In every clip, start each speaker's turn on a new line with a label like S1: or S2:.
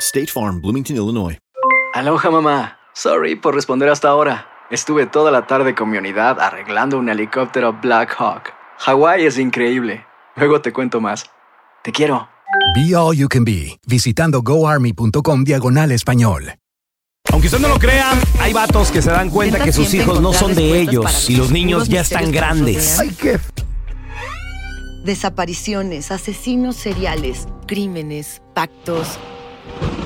S1: State Farm, Bloomington, Illinois.
S2: Aloha mamá. Sorry por responder hasta ahora. Estuve toda la tarde con mi unidad arreglando un helicóptero Black Hawk. Hawái es increíble. Luego te cuento más. Te quiero.
S3: Be All You Can Be, visitando goarmy.com diagonal español.
S4: Aunque usted no lo crea, hay vatos que se dan cuenta que sus hijos no son de ellos y los niños ya están grandes.
S5: Desapariciones, asesinos seriales, crímenes, pactos.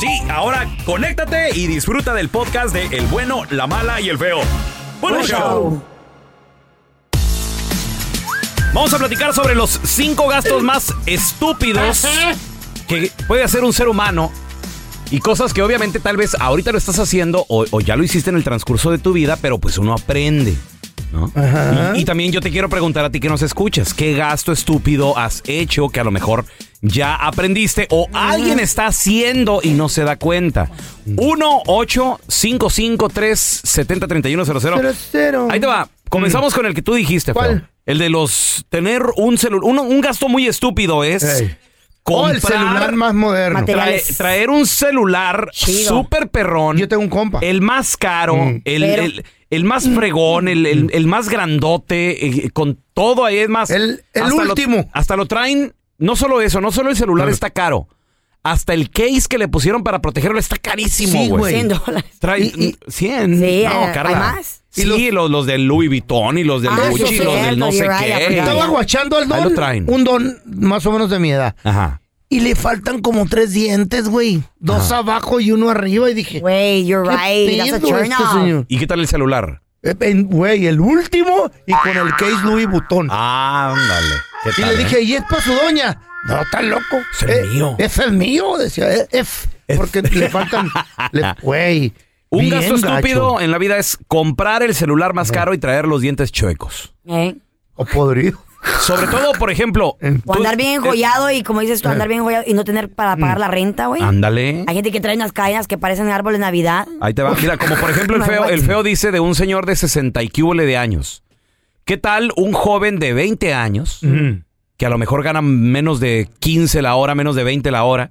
S4: Sí, ahora conéctate y disfruta del podcast de El bueno, la mala y el feo. Buen
S6: Buen
S4: show. Vamos a platicar sobre los cinco gastos más estúpidos que puede hacer un ser humano y cosas que obviamente tal vez ahorita lo estás haciendo o, o ya lo hiciste en el transcurso de tu vida, pero pues uno aprende. ¿no? Y, y también yo te quiero preguntar a ti que nos escuchas, ¿qué gasto estúpido has hecho que a lo mejor ya aprendiste o alguien está haciendo y no se da cuenta? 1 8 5 5 3 70 31 00 Ahí te va. Comenzamos
S6: Mm.
S4: con el que tú dijiste, Feo. El de los tener un celular. Uno- un gasto muy estúpido es
S6: Ey. O
S4: comprar
S6: el celular más moderno.
S4: trae-
S7: Materiales.
S4: traer un celular
S7: Chido.
S4: súper perrón.
S6: Yo tengo un compa.
S4: El más caro,
S6: Mm.
S4: el,
S7: Pero-
S4: el- el más fregón, el, el- el más grandote, eh, con todo ahí es más.
S6: El- el
S4: hasta lo-
S6: último.
S4: hasta lo traen, no solo eso, no solo el celular está caro, hasta el case que le pusieron para protegerlo está carísimo,
S6: Sí,
S4: güey.
S6: güey.
S7: 100 dólares.
S4: Trae
S6: Y- y-
S4: 100.
S7: Sí,
S4: no,
S7: hay-
S4: Carla.
S7: hay más.
S4: Sí, los, los del Louis Vuitton y los del
S7: Ah,
S4: Gucci,
S7: sí,
S4: los del no
S7: cierto, you're
S4: sé
S7: right, I
S4: qué.
S7: forgot.
S6: Estaba guachando al
S4: Ahí
S6: don.
S4: lo traen.
S6: Un don más o menos de mi edad.
S4: Ajá.
S6: Y le faltan como tres dientes, güey. Dos
S4: Ah.
S6: abajo y uno arriba. Y dije,
S7: Güey, you're
S6: ¿qué
S7: right. That's a
S6: pedo
S7: turn
S6: este
S7: off.
S6: señor?
S4: ¿Y qué tal el celular?
S6: Eh, en- Güey, el último y con el case Louis Vuitton.
S4: Ah, ándale. ¿Qué
S6: y le
S4: tal, eh?
S6: dije, ¿y es para su doña? No, está loco.
S4: Es el mío.
S6: Ese es mío, decía. eh, F, porque le faltan. le- Güey.
S4: Un
S6: bien
S4: gasto estúpido
S6: gacho.
S4: en la vida es comprar el celular más caro y traer los dientes chuecos.
S7: ¿Eh?
S6: O podrido.
S4: Sobre todo, por ejemplo, tú- eh,
S7: O andar bien enjollado y como dices tú, andar bien enjollado y no tener para pagar la renta, güey.
S4: Eh, Ándale.
S7: Hay gente que trae unas cadenas que parecen árboles de Navidad.
S4: Ahí te va. Mira, como por ejemplo el feo, el feo dice de un señor de 60 y cúbole de años. ¿Qué tal un joven de 20 años que a lo mejor gana menos de 15 la hora, menos de 20 la hora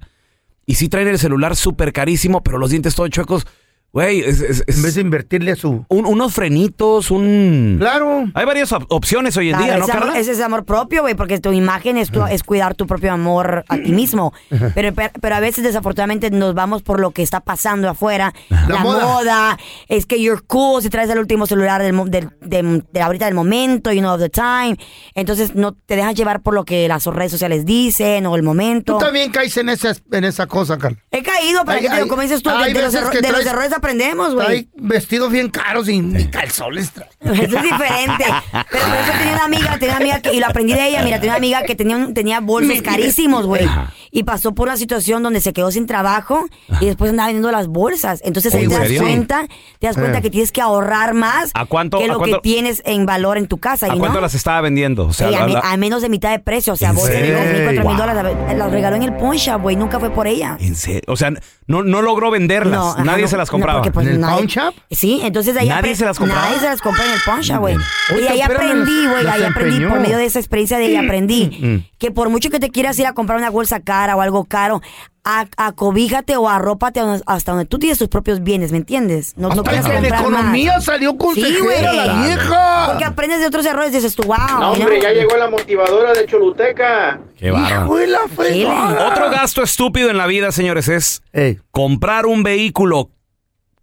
S4: y sí traen el celular súper carísimo, pero los dientes todos chuecos? Güey, es, es- es
S6: En vez de invertirle a su.
S4: un- unos frenitos, un...
S6: Claro.
S4: Hay varias op- opciones hoy en
S7: Claro,
S4: día, ¿no,
S7: ese, amor,
S4: Carla?
S7: ese es amor propio, güey, porque tu imagen es, tu- es cuidar tu propio amor a ti mismo. Pero, pero, pero a veces, desafortunadamente, nos vamos por lo que está pasando afuera. La,
S6: La
S7: moda.
S6: moda.
S7: es que you're cool si traes el último celular del, mo- del- de, de ahorita del momento, you know, of the time. Entonces, no te dejas llevar por lo que las redes sociales dicen o el
S6: Tú
S7: momento.
S6: también caes en esa, en esa cosa, Carl.
S7: He caído, para
S6: Hay-
S7: que te digo,
S6: hay-
S7: como dices tú, de,
S6: hay
S7: de los,
S6: veces
S7: erro-
S6: que
S7: de los
S6: traes-
S7: errores aprendemos, güey.
S6: Hay vestidos bien caros y ni calzones. trae.
S7: Eso es diferente. Pero por eso tenía una amiga, tenía una amiga que, y lo aprendí de ella, mira, tenía una amiga que tenía, un- tenía bolsos carísimos, güey. Y pasó por una situación donde se quedó sin trabajo y después andaba vendiendo las bolsas. Entonces ahí
S4: ¿En
S7: te das
S4: serio?
S7: cuenta, te das cuenta
S6: Eh.
S7: que tienes que ahorrar más
S4: ¿A cuánto-
S7: que
S4: a
S7: lo
S4: cuánto-
S7: que tienes en valor en tu casa.
S4: ¿A
S7: y
S4: cuánto
S7: no?
S4: las estaba vendiendo? O sea,
S7: Sí, a,
S4: la-
S7: me-
S4: la-
S7: a menos de mitad de precio, o sea,
S4: ¿En
S7: bolsas de
S4: serio?
S7: dos mil, cuatro mil
S4: Wow.
S7: dólares, la- la regaló en el poncha, güey, nunca fue por ella.
S4: ¿En serio? O sea, no, no logró venderlas.
S7: No, ajá,
S4: Nadie
S7: no,
S4: se las
S7: no,
S4: compraba.
S7: porque, pues,
S6: Ah, ¿En el
S7: nadie-
S6: pawn shop?
S7: Sí, entonces de ahí
S4: ¿Nadie
S7: apre-
S4: se las compraba?
S7: Nadie se las compraba en el pawn shop, güey.
S6: Oye,
S7: Y ahí
S6: pero las-
S7: aprendí, güey,
S6: las
S7: ahí aprendí
S6: empeñó. Mm,
S7: por medio de esa experiencia de ahí aprendí que por mucho que te quieras ir a comprar una bolsa cara o algo caro, a- acobíjate o arrópate a- hasta donde tú tienes tus propios bienes, ¿me entiendes? No, no
S6: Hasta
S7: quieras
S6: que en
S7: comprar más.
S6: economía salió consejera
S7: güey.
S6: la vieja.
S7: Porque aprendes de otros errores, dices tú, wow.
S8: llegó la motivadora de Choluteca.
S4: Qué bárbaro.
S6: Hijo de la fregada.
S4: Otro gasto estúpido en la vida, señores, es
S6: Ey.
S4: comprar un vehículo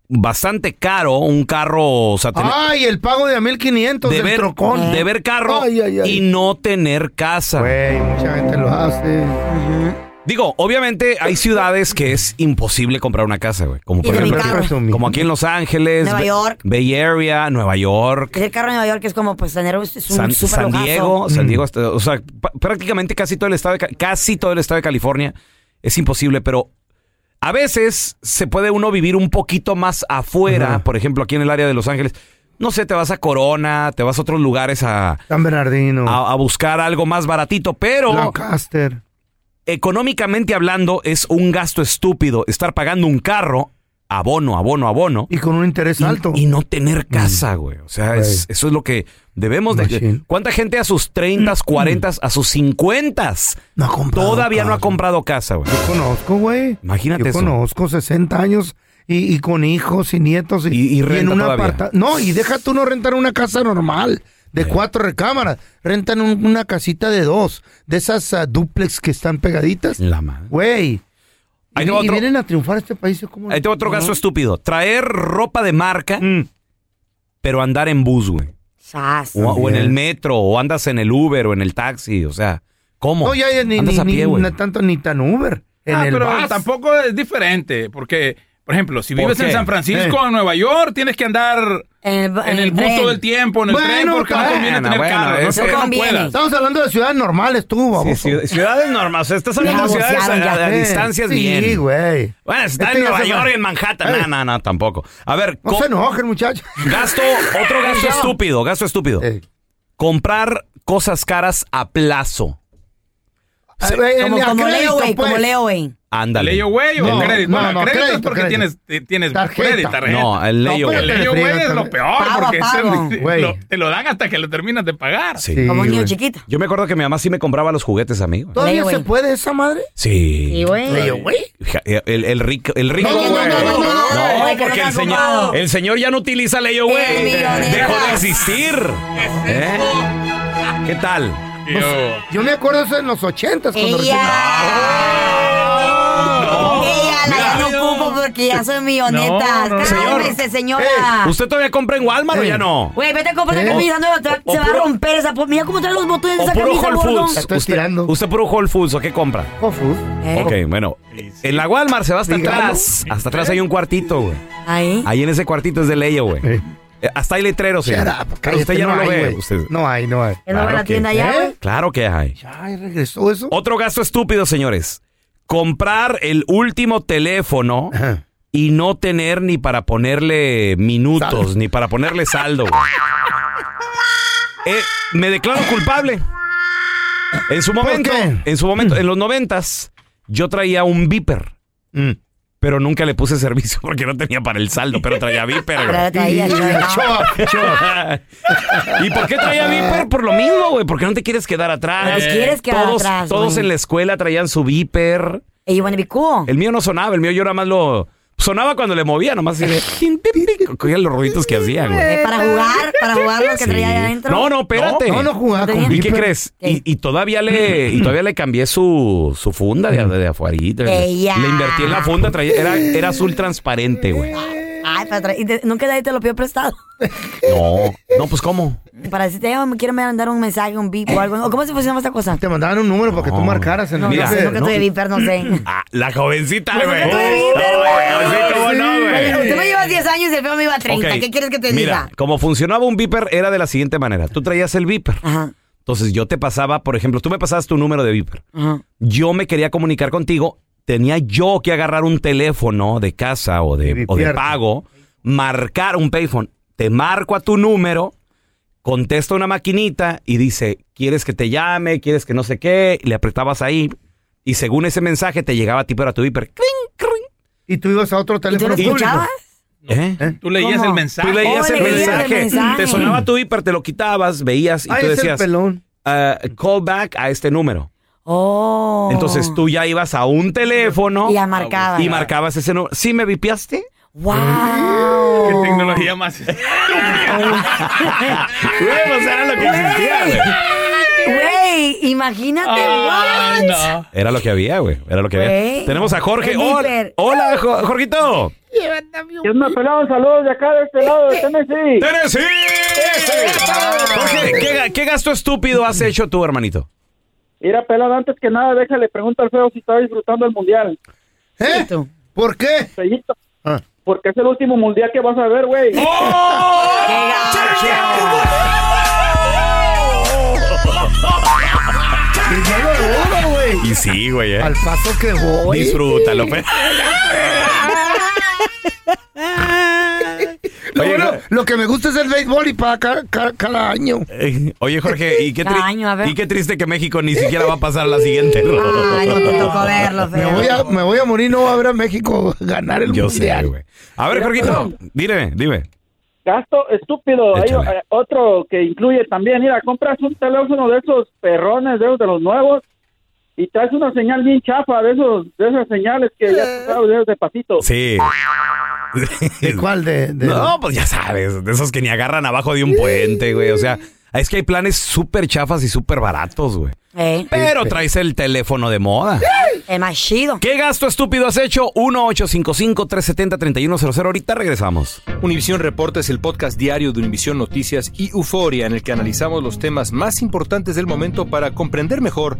S4: bastante caro, un carro, o sea, tener-
S6: Ay, el pago de 1500
S4: de
S6: del
S4: ver,
S6: trocón.
S4: de ver carro
S6: Ay, ay, ay.
S4: y no tener casa.
S6: Güey, mucha gente lo hace.
S4: Digo, obviamente hay ciudades que es imposible comprar una casa, güey. Como
S7: Y
S4: por
S7: tener
S4: ejemplo,
S7: carro.
S4: como aquí en Los Ángeles,
S7: Nueva
S4: Ba-
S7: York.
S4: Bay Area, Nueva York,
S7: Es el carro de Nueva York que es como, pues, tener un es un
S4: San,
S7: súper
S4: San
S7: lujazo. Mm.
S4: Diego,
S6: Mm.
S4: San Diego, hasta- o sea, pa- prácticamente casi todo el estado de Ca- casi todo el estado de California es imposible, pero a veces se puede uno vivir un poquito más afuera, por ejemplo, aquí en el área de Los Ángeles. No sé, te vas a Corona, te vas a otros lugares a,
S6: San Bernardino.
S4: a- a buscar algo más baratito, pero
S6: Lancaster.
S4: económicamente hablando es un gasto estúpido estar pagando un carro, abono, abono, abono.
S6: Y con un interés
S4: y-
S6: alto.
S4: Y, no tener casa, güey. O sea, es- eso es lo que debemos de...
S6: Machín.
S4: ¿Cuánta gente a sus 30, 40, a sus 50
S6: No ha comprado
S4: todavía no ha
S6: casa.
S4: comprado casa, güey?
S6: Yo conozco, güey.
S4: Imagínate
S6: Yo
S4: eso.
S6: conozco 60 años y, y con hijos y nietos. Y,
S4: Y- y renta
S6: en una
S4: todavía.
S6: No, y deja tú no rentar una casa normal de cuatro recámaras. Rentan un- una casita de dos, de esas ah, duplex que están pegaditas.
S4: La madre.
S6: Güey.
S4: Ahí
S6: y,
S4: tengo
S6: y
S4: otro-
S6: vienen a triunfar a este país. ¿yo ¿cómo?
S4: Ahí tengo otro
S6: no?
S4: gasto estúpido. Traer ropa de marca,
S6: Mm.
S4: pero andar en bus, güey.
S7: Sas.
S4: O, o en
S6: También.
S4: el metro, o andas en el Uber, o en el taxi, o sea... ¿Cómo?
S6: No, ya, ya, ni,
S4: Andas
S6: ni-
S4: a pie,
S6: ni-
S4: güey.
S6: no tanto ni tan Uber. En
S8: Ah,
S6: el
S8: pero
S6: bus.
S8: tampoco es diferente, porque, por ejemplo, si
S4: ¿Por
S8: vives
S4: qué?
S8: en San Francisco
S6: Eh.
S8: o en Nueva York, tienes que andar
S7: En el, en
S8: en el
S7: el
S8: bus
S7: tren.
S8: todo el tiempo, en el
S6: Bueno,
S8: tren, porque no
S6: bueno,
S8: conviene tener
S4: bueno,
S8: carro. No,
S4: eso
S8: sé, no
S7: conviene.
S8: puedas.
S6: Estamos hablando de ciudades normales, tú,
S4: Sí,
S6: vamos.
S4: ciu- ciudades normales. O sea, estás hablando de
S7: Ya
S4: ciudades
S7: negociaron,
S4: a,
S7: ya.
S4: a- a distancias bien.
S6: Sí, güey.
S4: Bueno, está
S6: Este
S4: en
S6: ya
S4: Nueva
S6: se va.
S4: York y en Manhattan.
S6: Eh.
S4: No, no, no, tampoco. A ver,
S6: No
S4: co-
S6: se enojen, muchachos.
S4: gasto, otro gasto estúpido, gasto estúpido.
S6: Eh.
S4: Comprar cosas caras a plazo. Sí,
S6: Eh, eh,
S7: Como,
S6: ni a
S7: como
S6: crédito,
S7: Leo, güey, como
S6: pues.
S7: Leo, güey.
S4: Ándale.
S8: Layaway o
S6: No,
S8: crédito.
S6: no,
S8: No,
S6: no,
S8: crédito,
S6: crédito,
S8: es porque
S6: crédito.
S8: tienes, tienes
S6: Tarjeta.
S8: crédito, tarjeta.
S4: No, el
S6: No,
S4: layaway.
S6: pero te
S8: El layaway
S6: friegas,
S8: es lo
S6: te-
S8: peor,
S7: Pago a
S8: porque ese-
S7: pago.
S6: Güey.
S8: lo- te lo dan hasta que lo terminas de pagar.
S4: Sí.
S6: Sí,
S7: Como un niño
S6: güey.
S7: chiquito.
S4: Yo me acuerdo que mi mamá sí me compraba los juguetes a mí. güey.
S6: ¿Todavía
S7: Layaway.
S6: se puede esa madre?
S4: Sí.
S7: Sí, güey.
S4: Ja- eh, El, el rico, el rico.
S6: No, no, no, no, no, no,
S7: no, güey, que
S4: porque
S7: no
S4: el
S7: te han comprado.
S4: señor, el señor ya no utiliza
S7: El
S4: layaway.
S7: millonero.
S4: Dejó de existir. ¿Eh? ¿Qué tal?
S8: Y yo-
S6: Pues, Yo me acuerdo eso en los ochentas. cuando recién-
S4: Ah,
S7: Ella, ella la ya
S4: Mira.
S7: no ocupo porque ya soy milloneta.
S8: No, no,
S7: Cálmese, señora.
S4: Eh,
S7: Eh.
S4: ¿Usted todavía compra en Walmart o ya no?
S7: Güey, vete a comprar una
S6: Eh.
S7: camisa nueva. te va-
S4: O- o
S7: se va a
S4: puro-
S7: romper esa. po- Mira cómo trae los botones de
S4: ¿O
S7: esa
S4: puro
S7: camisa,
S4: Whole
S7: gordo.
S4: Foods?
S6: Estoy
S4: ¿Usted,
S6: estirando.
S4: usted puro Whole Foods o qué compra?
S6: Whole Foods.
S7: Eh,
S4: Ok, bueno. En la Walmart se va hasta
S6: Dígalo.
S4: atrás. Hasta atrás hay un cuartito, güey.
S7: Ahí.
S4: Ahí en ese cuartito es de ley, güey.
S6: Eh.
S4: Eh, Hasta hay letreros,
S6: Shut
S4: señor.
S6: up,
S4: Pero
S6: cállate,
S4: usted ya no, lo
S6: hay,
S4: ve.
S6: güey.
S4: usted-
S6: No hay, no hay.
S7: Es la
S4: Claro que-
S7: tienda allá,
S6: ¿Eh?
S7: güey.
S4: Claro que hay.
S6: Ay, regresó eso.
S4: Otro gasto estúpido, señores. Comprar el último teléfono
S6: Ajá.
S4: y no tener ni para ponerle minutos,
S6: Saldo.
S4: ni para ponerle saldo. güey. Eh, me declaro culpable. En su momento,
S6: qué?
S4: en su momento, en los noventas, yo traía un Viper,
S6: Mm.
S4: pero nunca le puse servicio porque no tenía para el saldo, pero traía Viper.
S7: Pero
S6: Y-
S4: güey.
S7: traía,
S6: y-
S7: traía.
S6: Choa, choa.
S4: ¿Y por qué traía Viper? Por lo mismo, güey. Porque no te quieres quedar atrás.
S7: No te Ah, quieres quedar
S4: Eh, todos,
S7: atrás,
S4: Todos
S7: güey.
S4: en la escuela traían su Viper.
S7: Hey, you wanna be cool.
S4: El mío no sonaba, el mío yo nada más lo. Sonaba cuando le movía, nomás así de. tin, tin, tin, Cogían los ruiditos que hacía, güey.
S7: Eh, para jugar, para jugar lo que traía
S4: Sí.
S7: ahí adentro.
S4: No, no, espérate.
S6: No, no jugaba con
S7: ¿Y
S4: ¿Y qué
S6: Viper.
S4: crees?
S7: ¿Qué?
S4: Y, y todavía le y todavía le cambié su, su funda de, de afuera.
S7: Ella.
S4: Le invertí en la funda, traía- era, era azul transparente, güey.
S6: Eh.
S7: Ay, para atrás. Y te- nunca nadie te lo pidió prestado.
S4: No, no, pues ¿cómo?
S7: Para decirte, "Ay, me quiero mandar un mensaje, un beep o algo. ¿O ¿Cómo se funcionaba esta cosa?
S6: Te mandaban un número para que tú marcaras en
S7: No,
S6: el
S7: no sé,
S6: viaje.
S7: nunca tuve beeper, no sé.
S4: Ah, la jovencita, güey.
S7: Oye, Usted me lleva 10 años y el feo me iba a 30.
S4: Ok,
S7: ¿Qué quieres que te
S4: Mira,
S7: diga?
S4: como funcionaba un beeper era de la siguiente manera. Tú traías el beeper. Entonces yo te pasaba, por ejemplo, tú me pasabas tu número de beeper. Yo me quería comunicar contigo. Tenía yo que agarrar un teléfono de casa o de, o de
S9: beepearte.
S4: pago, marcar un payphone. Te marco a tu número, contesta una maquinita y dice, ¿quieres que te llame? ¿Quieres que no sé qué? Y le apretabas ahí. Y según ese mensaje te llegaba a ti, pero a tu beeper.
S6: Y tú ibas a otro teléfono
S4: lo
S6: público.
S4: escuchabas? ¿Eh?
S8: Tú leías ¿Cómo? el mensaje.
S4: Tú leías
S8: Oh,
S4: Pues el,
S8: leías el
S4: mensaje.
S8: mensaje.
S4: Te sonaba tu hiper, te lo quitabas, veías y
S6: Ay,
S4: tú
S6: es el
S4: decías.
S6: pelón.
S4: "Ah, call back a este número.
S7: Oh.
S4: Entonces tú ya ibas a un teléfono.
S7: Y ya marcabas.
S4: Y marcabas ese número. ¿Sí me vipiaste? mm.
S7: ¡Wow!
S8: ¿Qué tecnología más estúpida?
S4: Güey, pues era lo que existía, güey.
S7: Güey, imagínate,
S6: Ah,
S7: what?
S4: Era lo que había, güey. Era lo que
S7: Güey.
S4: había. Tenemos a Jorge.
S7: El
S4: Hola,
S7: beeper.
S4: hola, Jo- Jorgito.
S10: Yo me pelado, saludos de acá de este lado de Tennessee.
S4: ¡Tennessee! Jorge, ¿qué, ga- qué gasto estúpido has hecho tú, hermanito?
S10: Mira, pelado, antes que nada, déjale pregunta al feo si está disfrutando el mundial.
S6: ¿Eh? ¿Por qué? Ah.
S10: Porque es el último mundial que vas a ver, güey.
S6: ¡Oh!
S4: Y sí, güey. eh.
S6: Al paso que voy.
S4: Disfrútalo, pues.
S6: Lo,
S4: Oye,
S6: bueno, lo que me gusta es el béisbol y para cada, cada- cada año.
S4: Eh, Oye, Jorge, ¿y qué, tri-
S6: Cada año, a ver.
S4: y qué triste que México ni siquiera va a pasar a la siguiente.
S6: Ay, no te tocó verlo,
S4: feo.
S6: Me voy a, me voy a morir, no va a ver a México ganar el
S4: Yo sé,
S6: mundial.
S4: güey. A ver, Jorgito, dime, dime.
S10: Gasto estúpido. Hay
S4: Échale.
S10: eh, otro que incluye también. Mira, compras un teléfono de esos perrones, de esos de los nuevos, y traes una señal bien chafa de esos, de esas señales que ya tú sabes, de esos de pasito.
S4: Sí. ¿De
S6: cuál? De,
S4: No, pues ya sabes, de esos que ni agarran abajo de un puente, güey. O sea, es que hay planes súper chafas y súper baratos, güey.
S7: Eh.
S4: Pero traes el teléfono de moda.
S7: Es más chido.
S4: ¿Qué gasto estúpido has hecho? 1-855-370-3100. Ahorita regresamos.
S11: Univisión Reporta es el podcast diario de Univisión Noticias y Euforia en el que analizamos los temas más importantes del momento para comprender mejor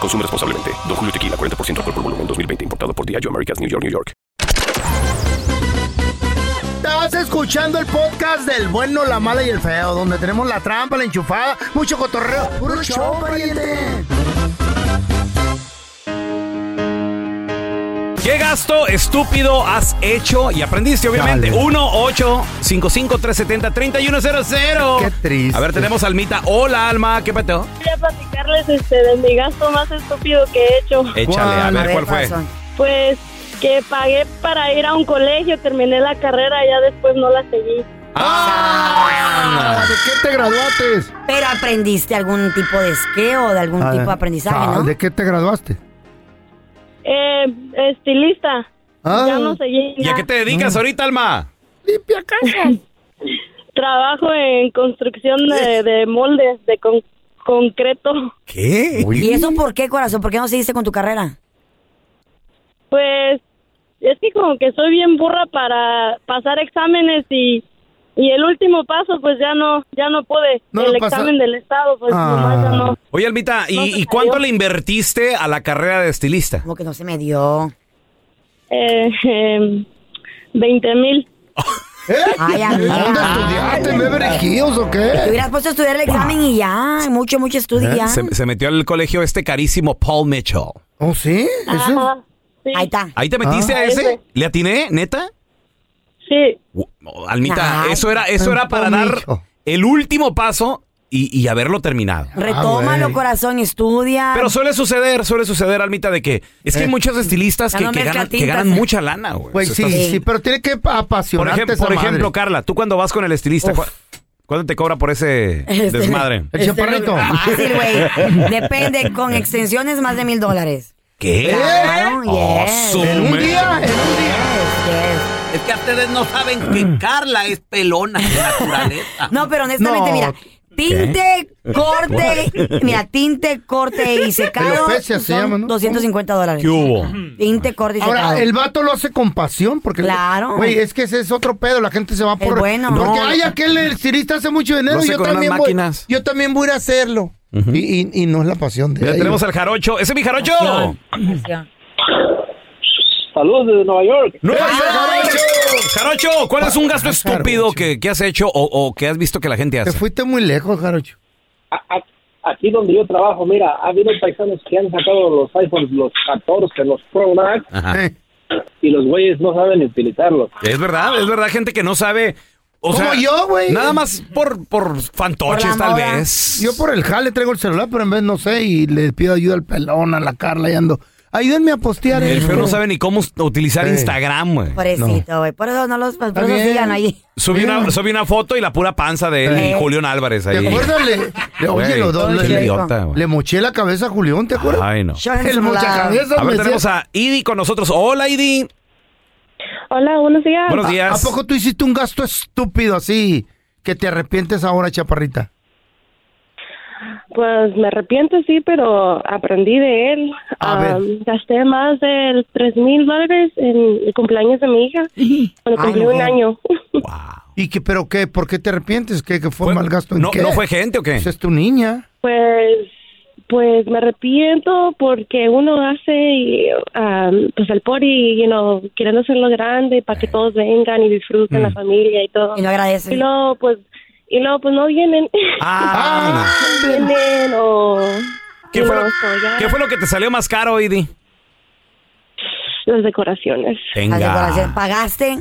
S12: Consume responsablemente. Don Julio Tequila, 40% alcohol por volumen, 2020. Importado por Diageo Americas, New York, New York.
S6: Estás escuchando el podcast del bueno, la mala y el feo, donde tenemos la trampa, la enchufada, mucho cotorreo. ¡Puro show, pariente!
S4: ¿Qué gasto estúpido has hecho? Y aprendiste, obviamente. 1-855-370-3100. Qué
S6: triste.
S4: A ver, tenemos a Almita. Hola, Alma. ¿Qué pateo?
S13: Quería platicarles este de mi gasto más estúpido que he hecho.
S4: Échale, a ¿Cuál? ver, A ver, ¿cuál ¿cuál fue? pasó?
S13: Pues
S9: que pagué para ir a un colegio, terminé la carrera, ya después no la seguí.
S6: ¿De qué te graduaste?
S7: Ah, Pero aprendiste algún tipo de esqueo, de algún
S6: A
S7: tipo
S6: ver,
S7: de aprendizaje,
S6: ah,
S7: ¿no?
S6: ¿De qué te graduaste?
S9: Eh, estilista. Ya no seguí.
S4: ¿Y a qué te dedicas ahorita, Alma?
S9: Limpia casa. Trabajo en construcción de, de moldes de con- concreto.
S4: ¿Qué?
S7: ¿Eh? ¿Y eso por qué, corazón? ¿Por qué no seguiste con tu carrera?
S9: Pues es que como que soy bien burra para pasar exámenes y, y el último paso pues ya no ya no pude.
S4: No
S9: el
S4: lo pasa- Ah.
S9: examen del estado pues nomás ya no.
S4: Oye, Almita, ¿y,
S9: No se
S4: y cuánto le invertiste a la carrera de estilista?
S7: Como que no se me dio.
S9: Eh, em, 20 mil.
S7: Ay, amiga.
S9: ¿Dónde
S6: ¿Eh? estudiaste, en Beverly Hills o qué? ¿Eh?
S7: Te hubieras puesto a estudiar el examen y ya. Mucho, mucho estudio y ya.
S4: Se, se metió al colegio este carísimo Paul Mitchell.
S6: ¿Oh, sí?
S7: Ahí está.
S4: ¿Ahí te metiste
S7: Ah.
S4: a ese?
S7: Ese.
S4: ¿Le atiné, neta?
S9: Sí.
S4: Oh, Almita,
S7: Ay,
S4: eso era, eso era para
S7: Paul
S4: dar el último paso y, y haberlo terminado.
S7: Retómalo, corazón, estudia.
S4: Ah, Pero suele suceder, suele suceder, Almita, de que es que hay muchos
S7: Eh.
S4: estilistas
S7: Ya
S4: que,
S7: no
S4: que
S7: mezcla
S4: ganan, que
S7: tintas,
S4: ganan
S7: eh.
S4: mucha lana, güey.
S6: Pues
S4: O
S6: sí,
S4: sea, estás-
S6: sí, pero tiene que
S4: Por,
S6: apasionarte
S4: ejemplo,
S6: esa
S4: por ejemplo,
S6: madre.
S4: Carla, tú cuando vas con el estilista,
S6: Uf.
S4: ¿cu- ¿cuánto te cobra por ese
S7: Este-
S4: desmadre?
S6: El chaparrito.
S7: Fácil, güey. Depende, con extensiones más de mil dólares.
S4: ¿Qué?
S7: Claro, yes.
S4: Asume.
S7: En un día,
S6: en un
S4: Es que ustedes no saben que Carla es pelona de naturaleza.
S7: No, pero honestamente,
S4: No.
S7: mira, tinte,
S4: ¿Qué?
S7: corte,
S4: What?
S7: mira, tinte, corte y secado
S6: Alopecia se
S7: son
S6: llama, ¿no?
S7: 250 dólares.
S6: ¿Qué hubo?
S7: Tinte, corte y secado.
S6: Ahora, el vato lo hace con pasión porque...
S7: Claro.
S6: Güey, es que ese es otro pedo, la gente se va por...
S7: bueno.
S6: Porque
S7: No.
S6: hay aquel estilista hace mucho dinero,
S4: Lo hace
S6: yo
S4: con
S6: también
S4: unas
S6: voy...
S4: máquinas.
S6: Yo también voy a ir a hacerlo. y, y- y no es la pasión de
S4: Ya
S6: ellos.
S4: tenemos al jarocho. ¡Ese es mi jarocho!
S10: Saludos desde Nueva York.
S4: ¡Nueva York, jarocho! Jarocho, ¿cuál es un
S6: Ah,
S4: gasto estúpido que, que has hecho o, o que has visto que la gente
S6: Te
S4: hace?
S6: fuiste muy lejos, Jarocho.
S10: Aquí donde yo trabajo, mira, ha habido paisanos que han sacado los iPhones, los 14, los Pro Max,
S4: Ajá.
S10: y los güeyes no saben ni utilizarlos.
S4: Es verdad, es verdad, gente que no sabe. O
S6: Como
S4: sea,
S6: yo, güey.
S4: Nada más por, por fantoches,
S6: Por la
S4: tal
S6: moda.
S4: vez.
S6: Yo por el jale traigo el celular, pero en vez no sé y le pido ayuda al pelón, a la Carla y ando. Ayúdenme a postear
S4: El
S6: esto".
S4: feo no sabe ni cómo us- utilizar
S6: Sí.
S4: Instagram, güey.
S7: Pobrecito, güey. Por eso no los, por eso
S6: bien.
S7: sigan ahí.
S4: Subí una, subí una foto y la pura panza de él y
S6: Eh.
S4: Julián Álvarez ahí.
S6: ¿Te acuerdas? Le- le- oye,
S4: Güey,
S6: los dos le,
S4: qué
S6: le-
S4: idiota, güey.
S6: le moché la cabeza a Julián, ¿te acuerdas?
S4: Ay, no.
S6: El mochacabezas.
S4: A ver,
S6: me
S4: tenemos
S6: decía-
S4: a Idi con nosotros. Hola, Idi.
S9: Hola, buenos días.
S4: Buenos días.
S6: ¿A, a poco tú hiciste un gasto estúpido así que te arrepientes ahora, chaparrita?
S9: Pues me arrepiento, sí, pero aprendí de él. Ah, gasté más de 3 mil dólares en el cumpleaños de mi hija. Cuando
S6: Ay,
S9: cumplí un
S6: no.
S9: año.
S6: ¿Y qué, pero qué? ¿Por qué te arrepientes? ¿Qué, qué fue, mal gasto? ¿En
S4: no-
S6: qué?
S4: no fue gente o qué?
S6: Pues es tu niña.
S9: Pues, pues me arrepiento porque uno hace y, um, pues el party, you know, queriendo hacerlo grande para que todos vengan y disfruten
S4: Mm.
S9: la familia y todo.
S7: Y no agradecen.
S9: Y luego, pues, y luego, pues no vienen. no vienen o...
S4: Ah. ¿Qué fue, lo,
S9: o ya
S4: qué fue lo que te salió más caro, Idi?
S9: Las decoraciones.
S4: Venga.
S7: Las
S4: Ah.
S7: decoraciones. ¿Pagaste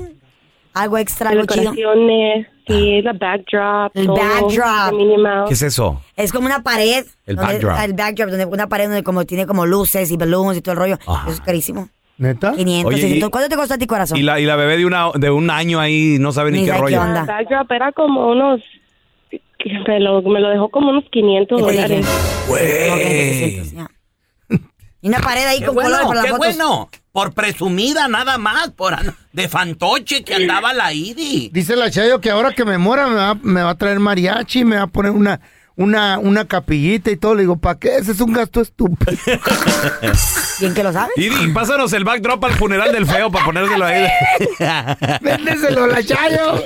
S7: algo extra, algo
S9: Las
S7: chido? Ah.
S9: decoraciones, sí, la backdrop.
S7: El
S9: todo,
S7: backdrop.
S9: la Minnie Mouse.
S4: ¿Qué es eso?
S7: Es como una pared.
S4: El
S7: donde-
S4: backdrop.
S7: El backdrop, donde una pared donde como tiene como luces y balloons y todo el rollo. Eso es carísimo.
S6: ¿Neta?
S7: 500,
S4: ¿Ah? Oye,
S7: 600.
S4: y-
S7: ¿Cuánto te costó a ti, corazón?
S4: Y la, y la bebé de, una, de un año ahí no sabe ni, qué rollo.
S9: El backdrop era como unos... Me lo, me lo dejó como unos 500 dólares.
S4: Güey.
S7: Y una pared ahí con colores para las fotos.
S4: Por presumida nada más, por de fantoche que andaba la Idi.
S6: Dice la Chayo que ahora que me muera me va, me va a traer mariachi, me va a poner una, una, una capillita y todo. Le digo, ¿para qué? Ese es un gasto estúpido.
S7: ¿Quién que lo sabe?
S4: Idi, pásanos el backdrop al funeral del feo para ponérselo ahí.
S6: Véndeselo a la Chayo.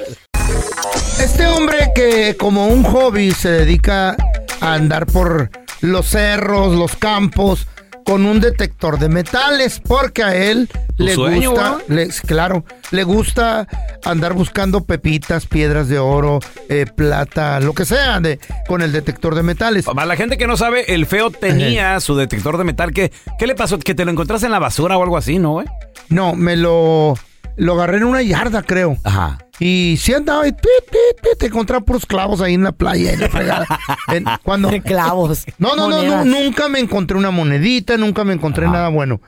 S6: Este hombre que como un hobby se dedica a andar por los cerros, los campos, con un detector de metales, porque a él
S4: Tu
S6: le
S4: sueño,
S6: gusta, le- claro, le gusta andar buscando pepitas, piedras de oro, eh, plata, lo que sea, de, con el detector de metales.
S4: Para la gente que no sabe, el feo tenía su detector de metal. ¿Qué, qué le pasó? ¿Que te lo encontraste en la basura o algo así, no, güey?
S6: No, me lo, lo agarré en una yarda, creo.
S4: Ajá.
S6: Y si andaba, y pi, pi, pi, te encontraba puros clavos ahí en la playa, en la fregada. En- cuando,
S7: Clavos.
S6: no, no, no,
S7: monedas. Ah.
S6: nu- nunca me encontré una monedita, nunca me encontré nada bueno.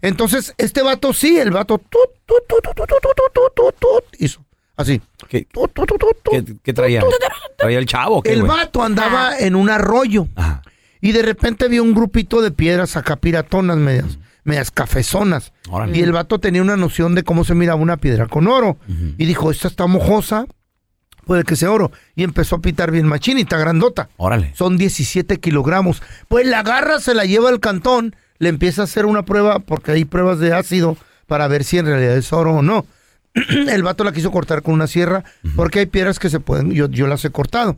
S6: Entonces, este vato sí, el vato tut, tut, tut, tut, tut, tut, tut, tut, tut, hizo así. Tut, tut, tut, tut,
S4: ¿Qué, qué traía? ¿Traía el chavo? o qué,
S6: el
S4: güey?
S6: vato andaba en un arroyo y de repente vio un grupito de piedras acá piratonas, medias, medias cafezonas.
S4: Órale.
S6: Y el vato tenía una noción de cómo se miraba una piedra con oro. Y dijo, esta está mojosa, puede que sea oro. Y empezó a pitar bien machinita, grandota.
S4: Órale.
S6: Son 17 kilogramos. Pues la agarra, se la lleva al cantón, le empieza a hacer una prueba, porque hay pruebas de ácido para ver si en realidad es oro o no. El vato la quiso cortar con una sierra, porque hay piedras que se pueden, yo, yo las he cortado.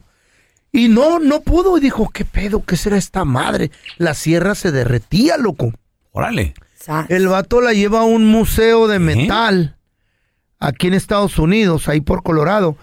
S6: Y no, no pudo. Y dijo, ¿qué pedo? ¿Qué será esta madre? La sierra se derretía, loco.
S4: Órale. ¿Eh?
S6: El vato la lleva a un museo de metal aquí en Estados Unidos, ahí por Colorado.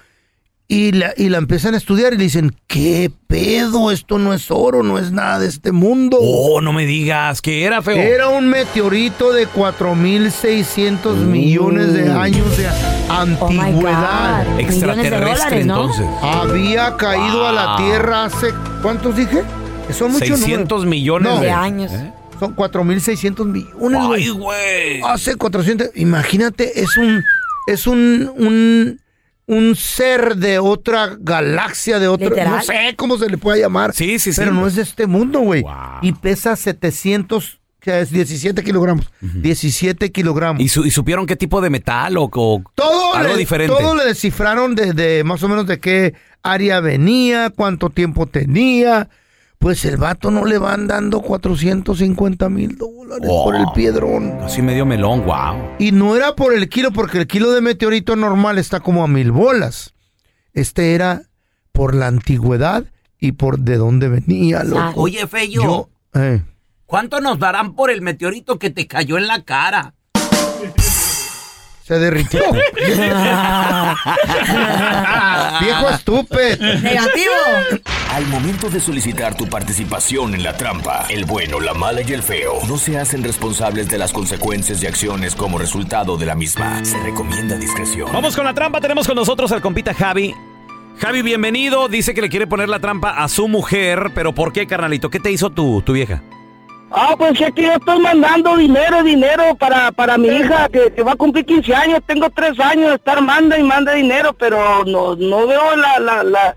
S6: Y la, y la empiezan a estudiar y le dicen, ¿qué pedo? Esto no es oro, no es nada de este mundo.
S4: Oh, no me digas que era feo.
S6: Era un meteorito de 4.600 millones de años de antigüedad.
S4: God. Extraterrestre, Oh Millones de dólares, ¿no? entonces.
S5: Ah,
S6: Había caído a la
S4: Wow.
S6: Tierra hace... ¿Cuántos dije? Son muchos
S4: 600
S6: números.
S4: millones
S6: No.
S4: de- De años. ¿Eh?
S6: Son 4.600 millones.
S4: Ay,
S6: güey. Hace 400... Imagínate, es un... Es un... un un ser de otra galaxia, de otro...
S4: Literal.
S6: No sé cómo se le puede llamar. Sí,
S4: sí, sí.
S6: Pero no es de este mundo, güey. Y pesa 700... Que es 17 kilogramos. 17 kilogramos.
S4: ¿Y, su- y supieron qué tipo de metal o, o
S6: Todo
S4: algo
S6: le,
S4: diferente?
S6: Todo le descifraron de, de más o menos de qué área venía, cuánto tiempo tenía. Pues el vato no le van dando 450 mil dólares por el piedrón.
S4: Así medio melón, wow.
S6: Y no era por el kilo, porque el kilo de meteorito normal está como a mil bolas. Este era por la antigüedad y por de dónde venía. loco.
S13: Oye, Feyo.
S6: Yo, eh.
S13: ¿Cuánto nos darán por el meteorito que te cayó en la cara?
S6: Se derritió. Pues Ah.
S14: Viejo
S6: estúpido.
S14: Negativo. Al momento de solicitar tu participación en la trampa, el bueno, la mala y el feo no se hacen responsables de las consecuencias y acciones como resultado de la misma. Se recomienda discreción.
S4: Vamos con la trampa, tenemos con nosotros al compita Javi. Javi, bienvenido. Dice que le quiere poner la trampa a su mujer, pero ¿por qué, carnalito? ¿Qué te hizo tu, tu vieja?
S15: Ah, pues es que yo estoy mandando dinero, dinero para, para mi hija que, que va a cumplir 15 años. Tengo 3 años de estar manda y manda dinero, pero no, no veo la, la, la-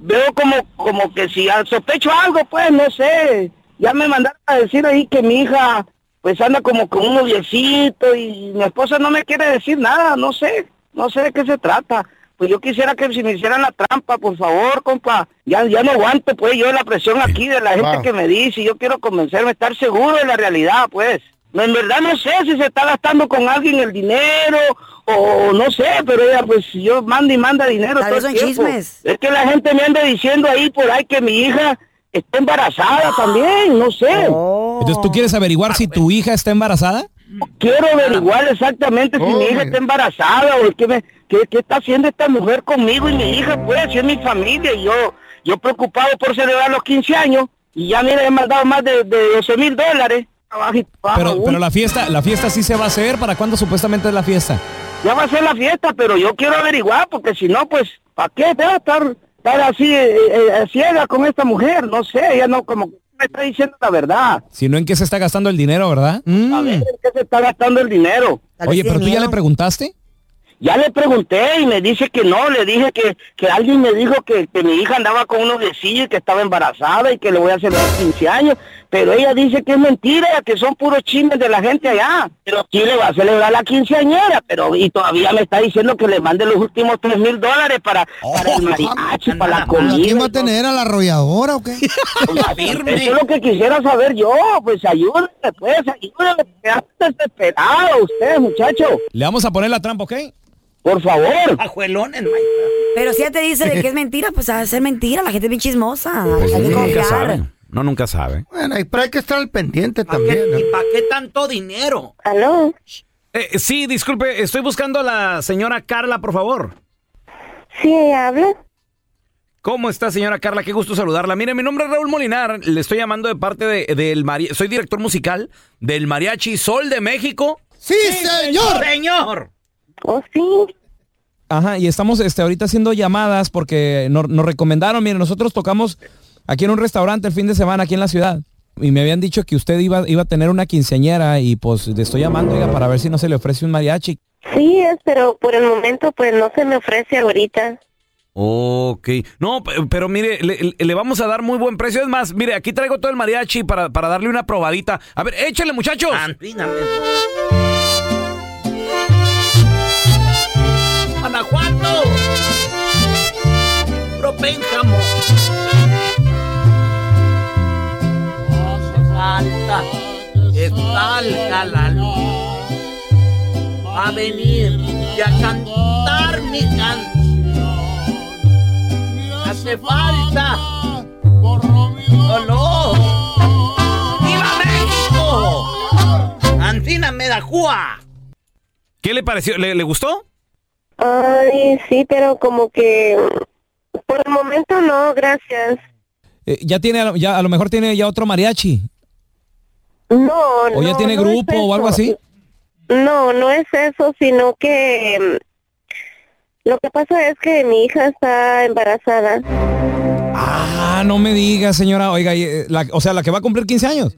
S15: Veo como, como que si al- sospecho algo, pues no sé. Ya me mandaron a decir ahí que mi hija pues anda como con un noviecito y mi esposa no me quiere decir nada, no sé, no sé de qué se trata. Pues yo quisiera que si me hicieran la trampa, por favor, compa. Ya, ya no aguanto, pues, yo la presión aquí de la gente
S16: Wow.
S15: que me dice. Yo quiero convencerme, estar seguro de la realidad, pues. No, En verdad no sé si se está gastando con alguien el dinero o no sé, pero ella, pues, yo mando y manda dinero
S7: Tal vez
S15: todo el
S7: son
S15: tiempo.
S7: chismes.
S15: Es que la gente me anda diciendo ahí por ahí que mi hija está embarazada también, no sé.
S17: Entonces, ¿tú quieres averiguar si tu hija está embarazada?
S15: Quiero averiguar exactamente si mi hija está embarazada o qué, me, qué, qué está haciendo esta mujer conmigo y mi hija, pues, si es mi familia. Y yo, yo preocupado por celebrar los 15 años y ya, mira, he mandado más de, de 12 mil dólares. Abajo y abajo,
S17: Pero,
S15: uy.
S17: pero la fiesta, la fiesta sí se va a hacer. ¿Para cuándo supuestamente es la fiesta?
S15: Ya va a ser la fiesta, pero yo quiero averiguar porque si no, pues, ¿para qué te va a estar, estar así eh, eh, ciega con esta mujer? No sé, ella no, como que me está diciendo la verdad.
S17: Si no, ¿en qué se está gastando el dinero, verdad? Mm.
S15: ¿En qué se está gastando el dinero?
S17: Oye, pero tú ya le preguntaste.
S15: Ya le pregunté y me dice que no, le dije que, que alguien me dijo que, que mi hija andaba con unos vecillos y que estaba embarazada y que le voy a hacer los 15 años, pero ella dice que es mentira, que son puros chismes de la gente allá. Pero sí le va a celebrar la quinceañera, pero y todavía me está diciendo que le mande los últimos 3 mil dólares para,
S18: Oh,
S15: para el mariachi, para la comida.
S18: ¿Quién va
S15: y
S18: a tener a la arrolladora o qué?
S15: eso es lo que quisiera saber yo, pues ayúdenme, pues ayúdenme, que está desesperado usted, muchacho.
S17: Le vamos a poner la trampa, ¿ok?
S15: Por favor.
S13: Ajuelones,
S7: Pero si ya te dice de que es mentira, pues a ser mentira. La gente es bien chismosa.
S4: Pues
S7: Hay que
S4: nunca
S7: confiar.
S4: sabe. No, nunca sabe.
S6: Bueno, y para hay que estar al pendiente también. ¿no?
S13: ¿Para qué tanto dinero?
S15: ¿Aló?
S4: Eh, sí, disculpe, estoy buscando a la señora Carla, por favor.
S19: Sí, ella habla.
S4: ¿Cómo está, señora Carla? Qué gusto saludarla. Mire, mi nombre es Raúl Molinar. Le estoy llamando de parte de- del mariachi. Soy director musical del Mariachi Sol de México.
S6: ¡Sí,
S13: señor! ¡Señor!
S19: Oh, sí.
S17: Ajá, y estamos este, ahorita haciendo llamadas porque nos, nos recomendaron. Miren, nosotros tocamos aquí en un restaurante el fin de semana aquí en la ciudad. y me habían dicho que usted iba, iba a tener una quinceañera y pues le estoy llamando oiga, para ver si no se le ofrece un mariachi.
S19: Sí, es, pero por el momento pues no se me ofrece ahorita.
S4: Ok. No, pe- pero mire, le, le vamos a dar muy buen precio. Es más, mire, aquí traigo todo el mariachi para, para darle una probadita. A ver, échale, muchachos.
S13: Guanajuato. Propénjamo. No se falta. Es salga la luz. Va a venir y a cantar mi canción. Hace falta. Dolor. ¡Viva México! Antina me da jua.
S4: ¿Qué le pareció? ¿Le, le gustó?
S19: Ay, sí, pero como que mm, por el momento no, gracias.
S17: Eh, ya tiene, a lo- ya a lo mejor tiene ya otro mariachi.
S19: No,
S17: ¿O ya
S19: no,
S17: tiene
S19: no es
S17: grupo o algo
S19: eso.
S17: así?
S19: No, no es eso, sino que mm, lo que pasa es que mi hija está embarazada.
S17: Ah, no me diga, señora. Oiga, y, eh, la- o sea, la que va a cumplir 15 años.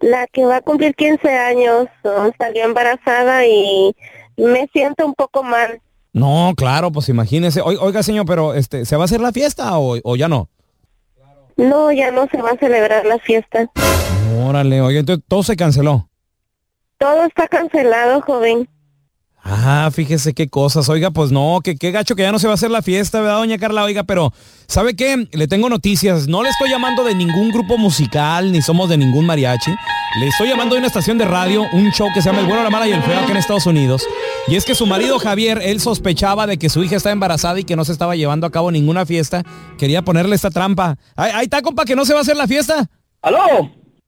S19: La que va a cumplir 15 años oh, salió embarazada y me siento un poco mal.
S17: No, claro, pues imagínese. Oi- Oiga, señor, pero este, ¿se va a hacer la fiesta o, o ya no?
S19: No, ya no se va a celebrar la fiesta.
S17: Órale, oiga, entonces todo se canceló.
S19: Todo está cancelado, joven.
S17: Ah, fíjese qué cosas. Oiga, pues no, que qué gacho que ya no se va a hacer la fiesta, ¿verdad, doña Carla? Oiga, pero ¿sabe qué? Le tengo noticias. No le estoy llamando de ningún grupo musical, ni somos de ningún mariachi. Le estoy llamando de una estación de radio, un show que se llama El Bueno, la Mala y el Feo aquí en Estados Unidos. Y es que su marido Javier, él sospechaba de que su hija estaba embarazada y que no se estaba llevando a cabo ninguna fiesta. Quería ponerle esta trampa. Ahí ahí está, compa, que no se va a hacer la fiesta.
S19: ¿Aló?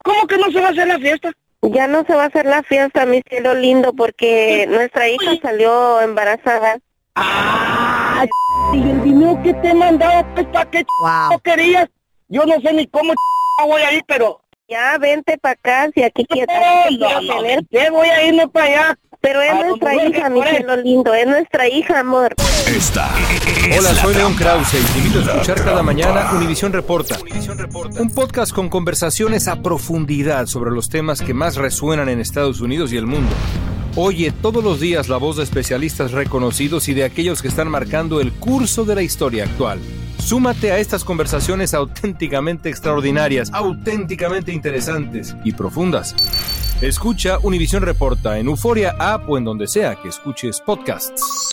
S19: ¿Cómo que no se va a hacer la fiesta? Ya no se va a hacer la fiesta, mi cielo lindo, porque nuestra hija salió embarazada. Ah,
S15: Ay, y el dinero que te he mandado, pues, ¿para qué no querías? Yo no sé ni cómo ch- voy a ir, pero...
S19: Ya, vente para acá, si aquí quieres.
S15: No, no,
S19: voy a irme para allá. ¿eh? Pero es
S15: A
S19: nuestra
S15: donde duerme,
S19: hija, mi
S15: por ahí.
S19: cielo lindo, es nuestra hija, amor.
S14: Esta
S11: Hola,
S14: es la
S11: soy León
S14: trampa.
S11: Krause y te invito a
S14: La
S11: escuchar cada
S14: trampa.
S11: mañana Univisión Reporta. Un podcast con conversaciones a profundidad sobre los temas que más resuenan en Estados Unidos y el mundo. Oye todos los días la voz de especialistas reconocidos y de aquellos que están marcando el curso de la historia actual. Súmate a estas conversaciones auténticamente extraordinarias, auténticamente interesantes y profundas. Escucha Univisión Reporta en Euforia App o en donde sea que escuches podcasts.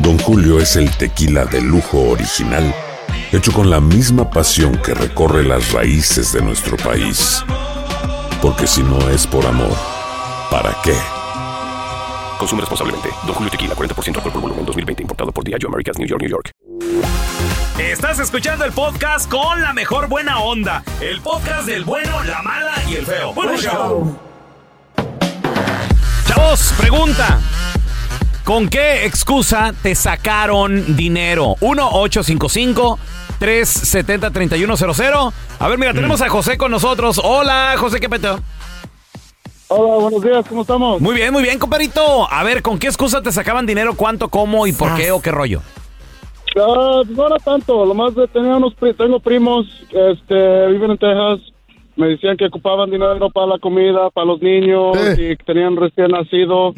S20: Don Julio es el tequila de lujo original, hecho con la misma pasión que recorre las raíces de nuestro país. Porque si no es por amor, ¿para qué?
S12: Consume responsablemente. Don Julio Tequila 40% alcohol por volumen 2020 importado por Diageo Americas New York New York.
S4: Estás escuchando el podcast con la mejor buena onda. El podcast del bueno, la mala y el feo. Bueno, show. Chavos, pregunta. ¿Con qué excusa te sacaron dinero? 1-855-370-3100. A
S7: Mm.
S4: ver, mira, tenemos a José con nosotros. Hola, José, ¿qué peteo?
S21: Hola, buenos días, ¿cómo estamos?
S4: Muy bien, muy bien, compadrito. A ver, ¿con qué excusa te sacaban dinero? ¿Cuánto, cómo y por qué o qué rollo?
S21: Ah, pues no era tanto, lo más de tenía unos pri- tengo primos que este, viven en Texas, me decían que ocupaban dinero para la comida, para los niños
S6: Eh.
S21: y que tenían recién nacido,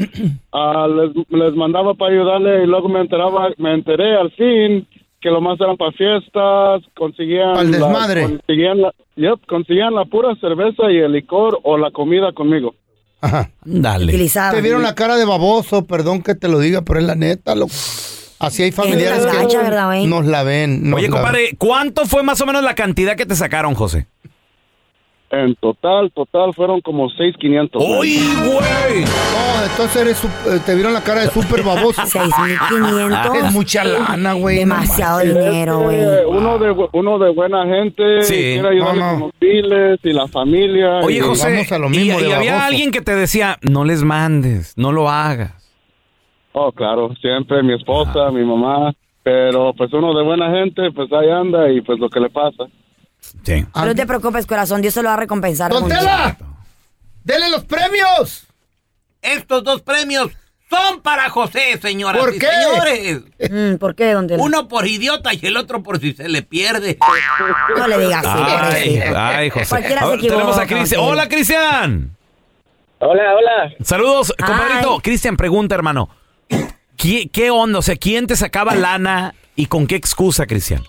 S21: Ah, les, les mandaba para ayudarle y luego me enteraba, me enteré al fin que lo más eran para fiestas, conseguían...
S6: Pa'l
S21: la-
S6: desmadre.
S21: conseguían, la, yep, conseguían la pura cerveza y el licor o la comida conmigo.
S4: Dale.
S6: Te vieron la cara de baboso, perdón que te lo diga, pero es la neta, loco. Así hay familiares
S7: la
S6: que
S7: gacha, ¿verdad, güey?
S6: nos la ven. nos
S4: Oye,
S6: la
S4: compadre, ¿cuánto fue más o menos la cantidad que te sacaron, José?
S21: En total, total, fueron como 6,500.
S4: ¡Uy, güey!
S6: No, entonces eres sup- eh, te vieron la cara de súper baboso.
S7: 6,500.
S6: Es mucha lana, güey.
S7: Demasiado dinero, güey.
S22: eh,
S21: Uno de, bu- uno de buena gente,
S4: Sí.
S21: quiere ayudarle
S4: No, no.
S21: con los biles y la familia.
S4: Oye,
S21: y-
S4: José, y, y había alguien que te decía, no les mandes, no lo hagas.
S21: Oh, claro, siempre mi esposa,
S4: Ah.
S21: mi mamá, pero pues uno de buena gente, pues ahí anda y pues lo que le pasa.
S4: Sí.
S7: No te preocupes, corazón. Dios te lo va a recompensar.
S6: ¡Don
S7: mucho.
S6: Tela! ¡Dele los premios!
S13: Estos dos premios son para José, señoras
S7: ¿Por
S13: y
S7: qué?
S13: señores.
S7: Mm, ¿Por qué, don Tela?
S13: Uno por idiota y el otro por si se le pierde.
S7: No le digas así,
S4: Ay,
S7: pobrecito.
S4: ay, José.
S7: Cualquiera se
S4: Ahora
S7: equivoca,
S4: tenemos a Cristian.
S7: José.
S4: Hola, Cristian.
S22: Hola, hola.
S4: Saludos, compadrito. Cristian, pregunta, hermano. ¿Qué, qué onda? O sea, ¿quién te sacaba lana y con qué excusa, Cristian?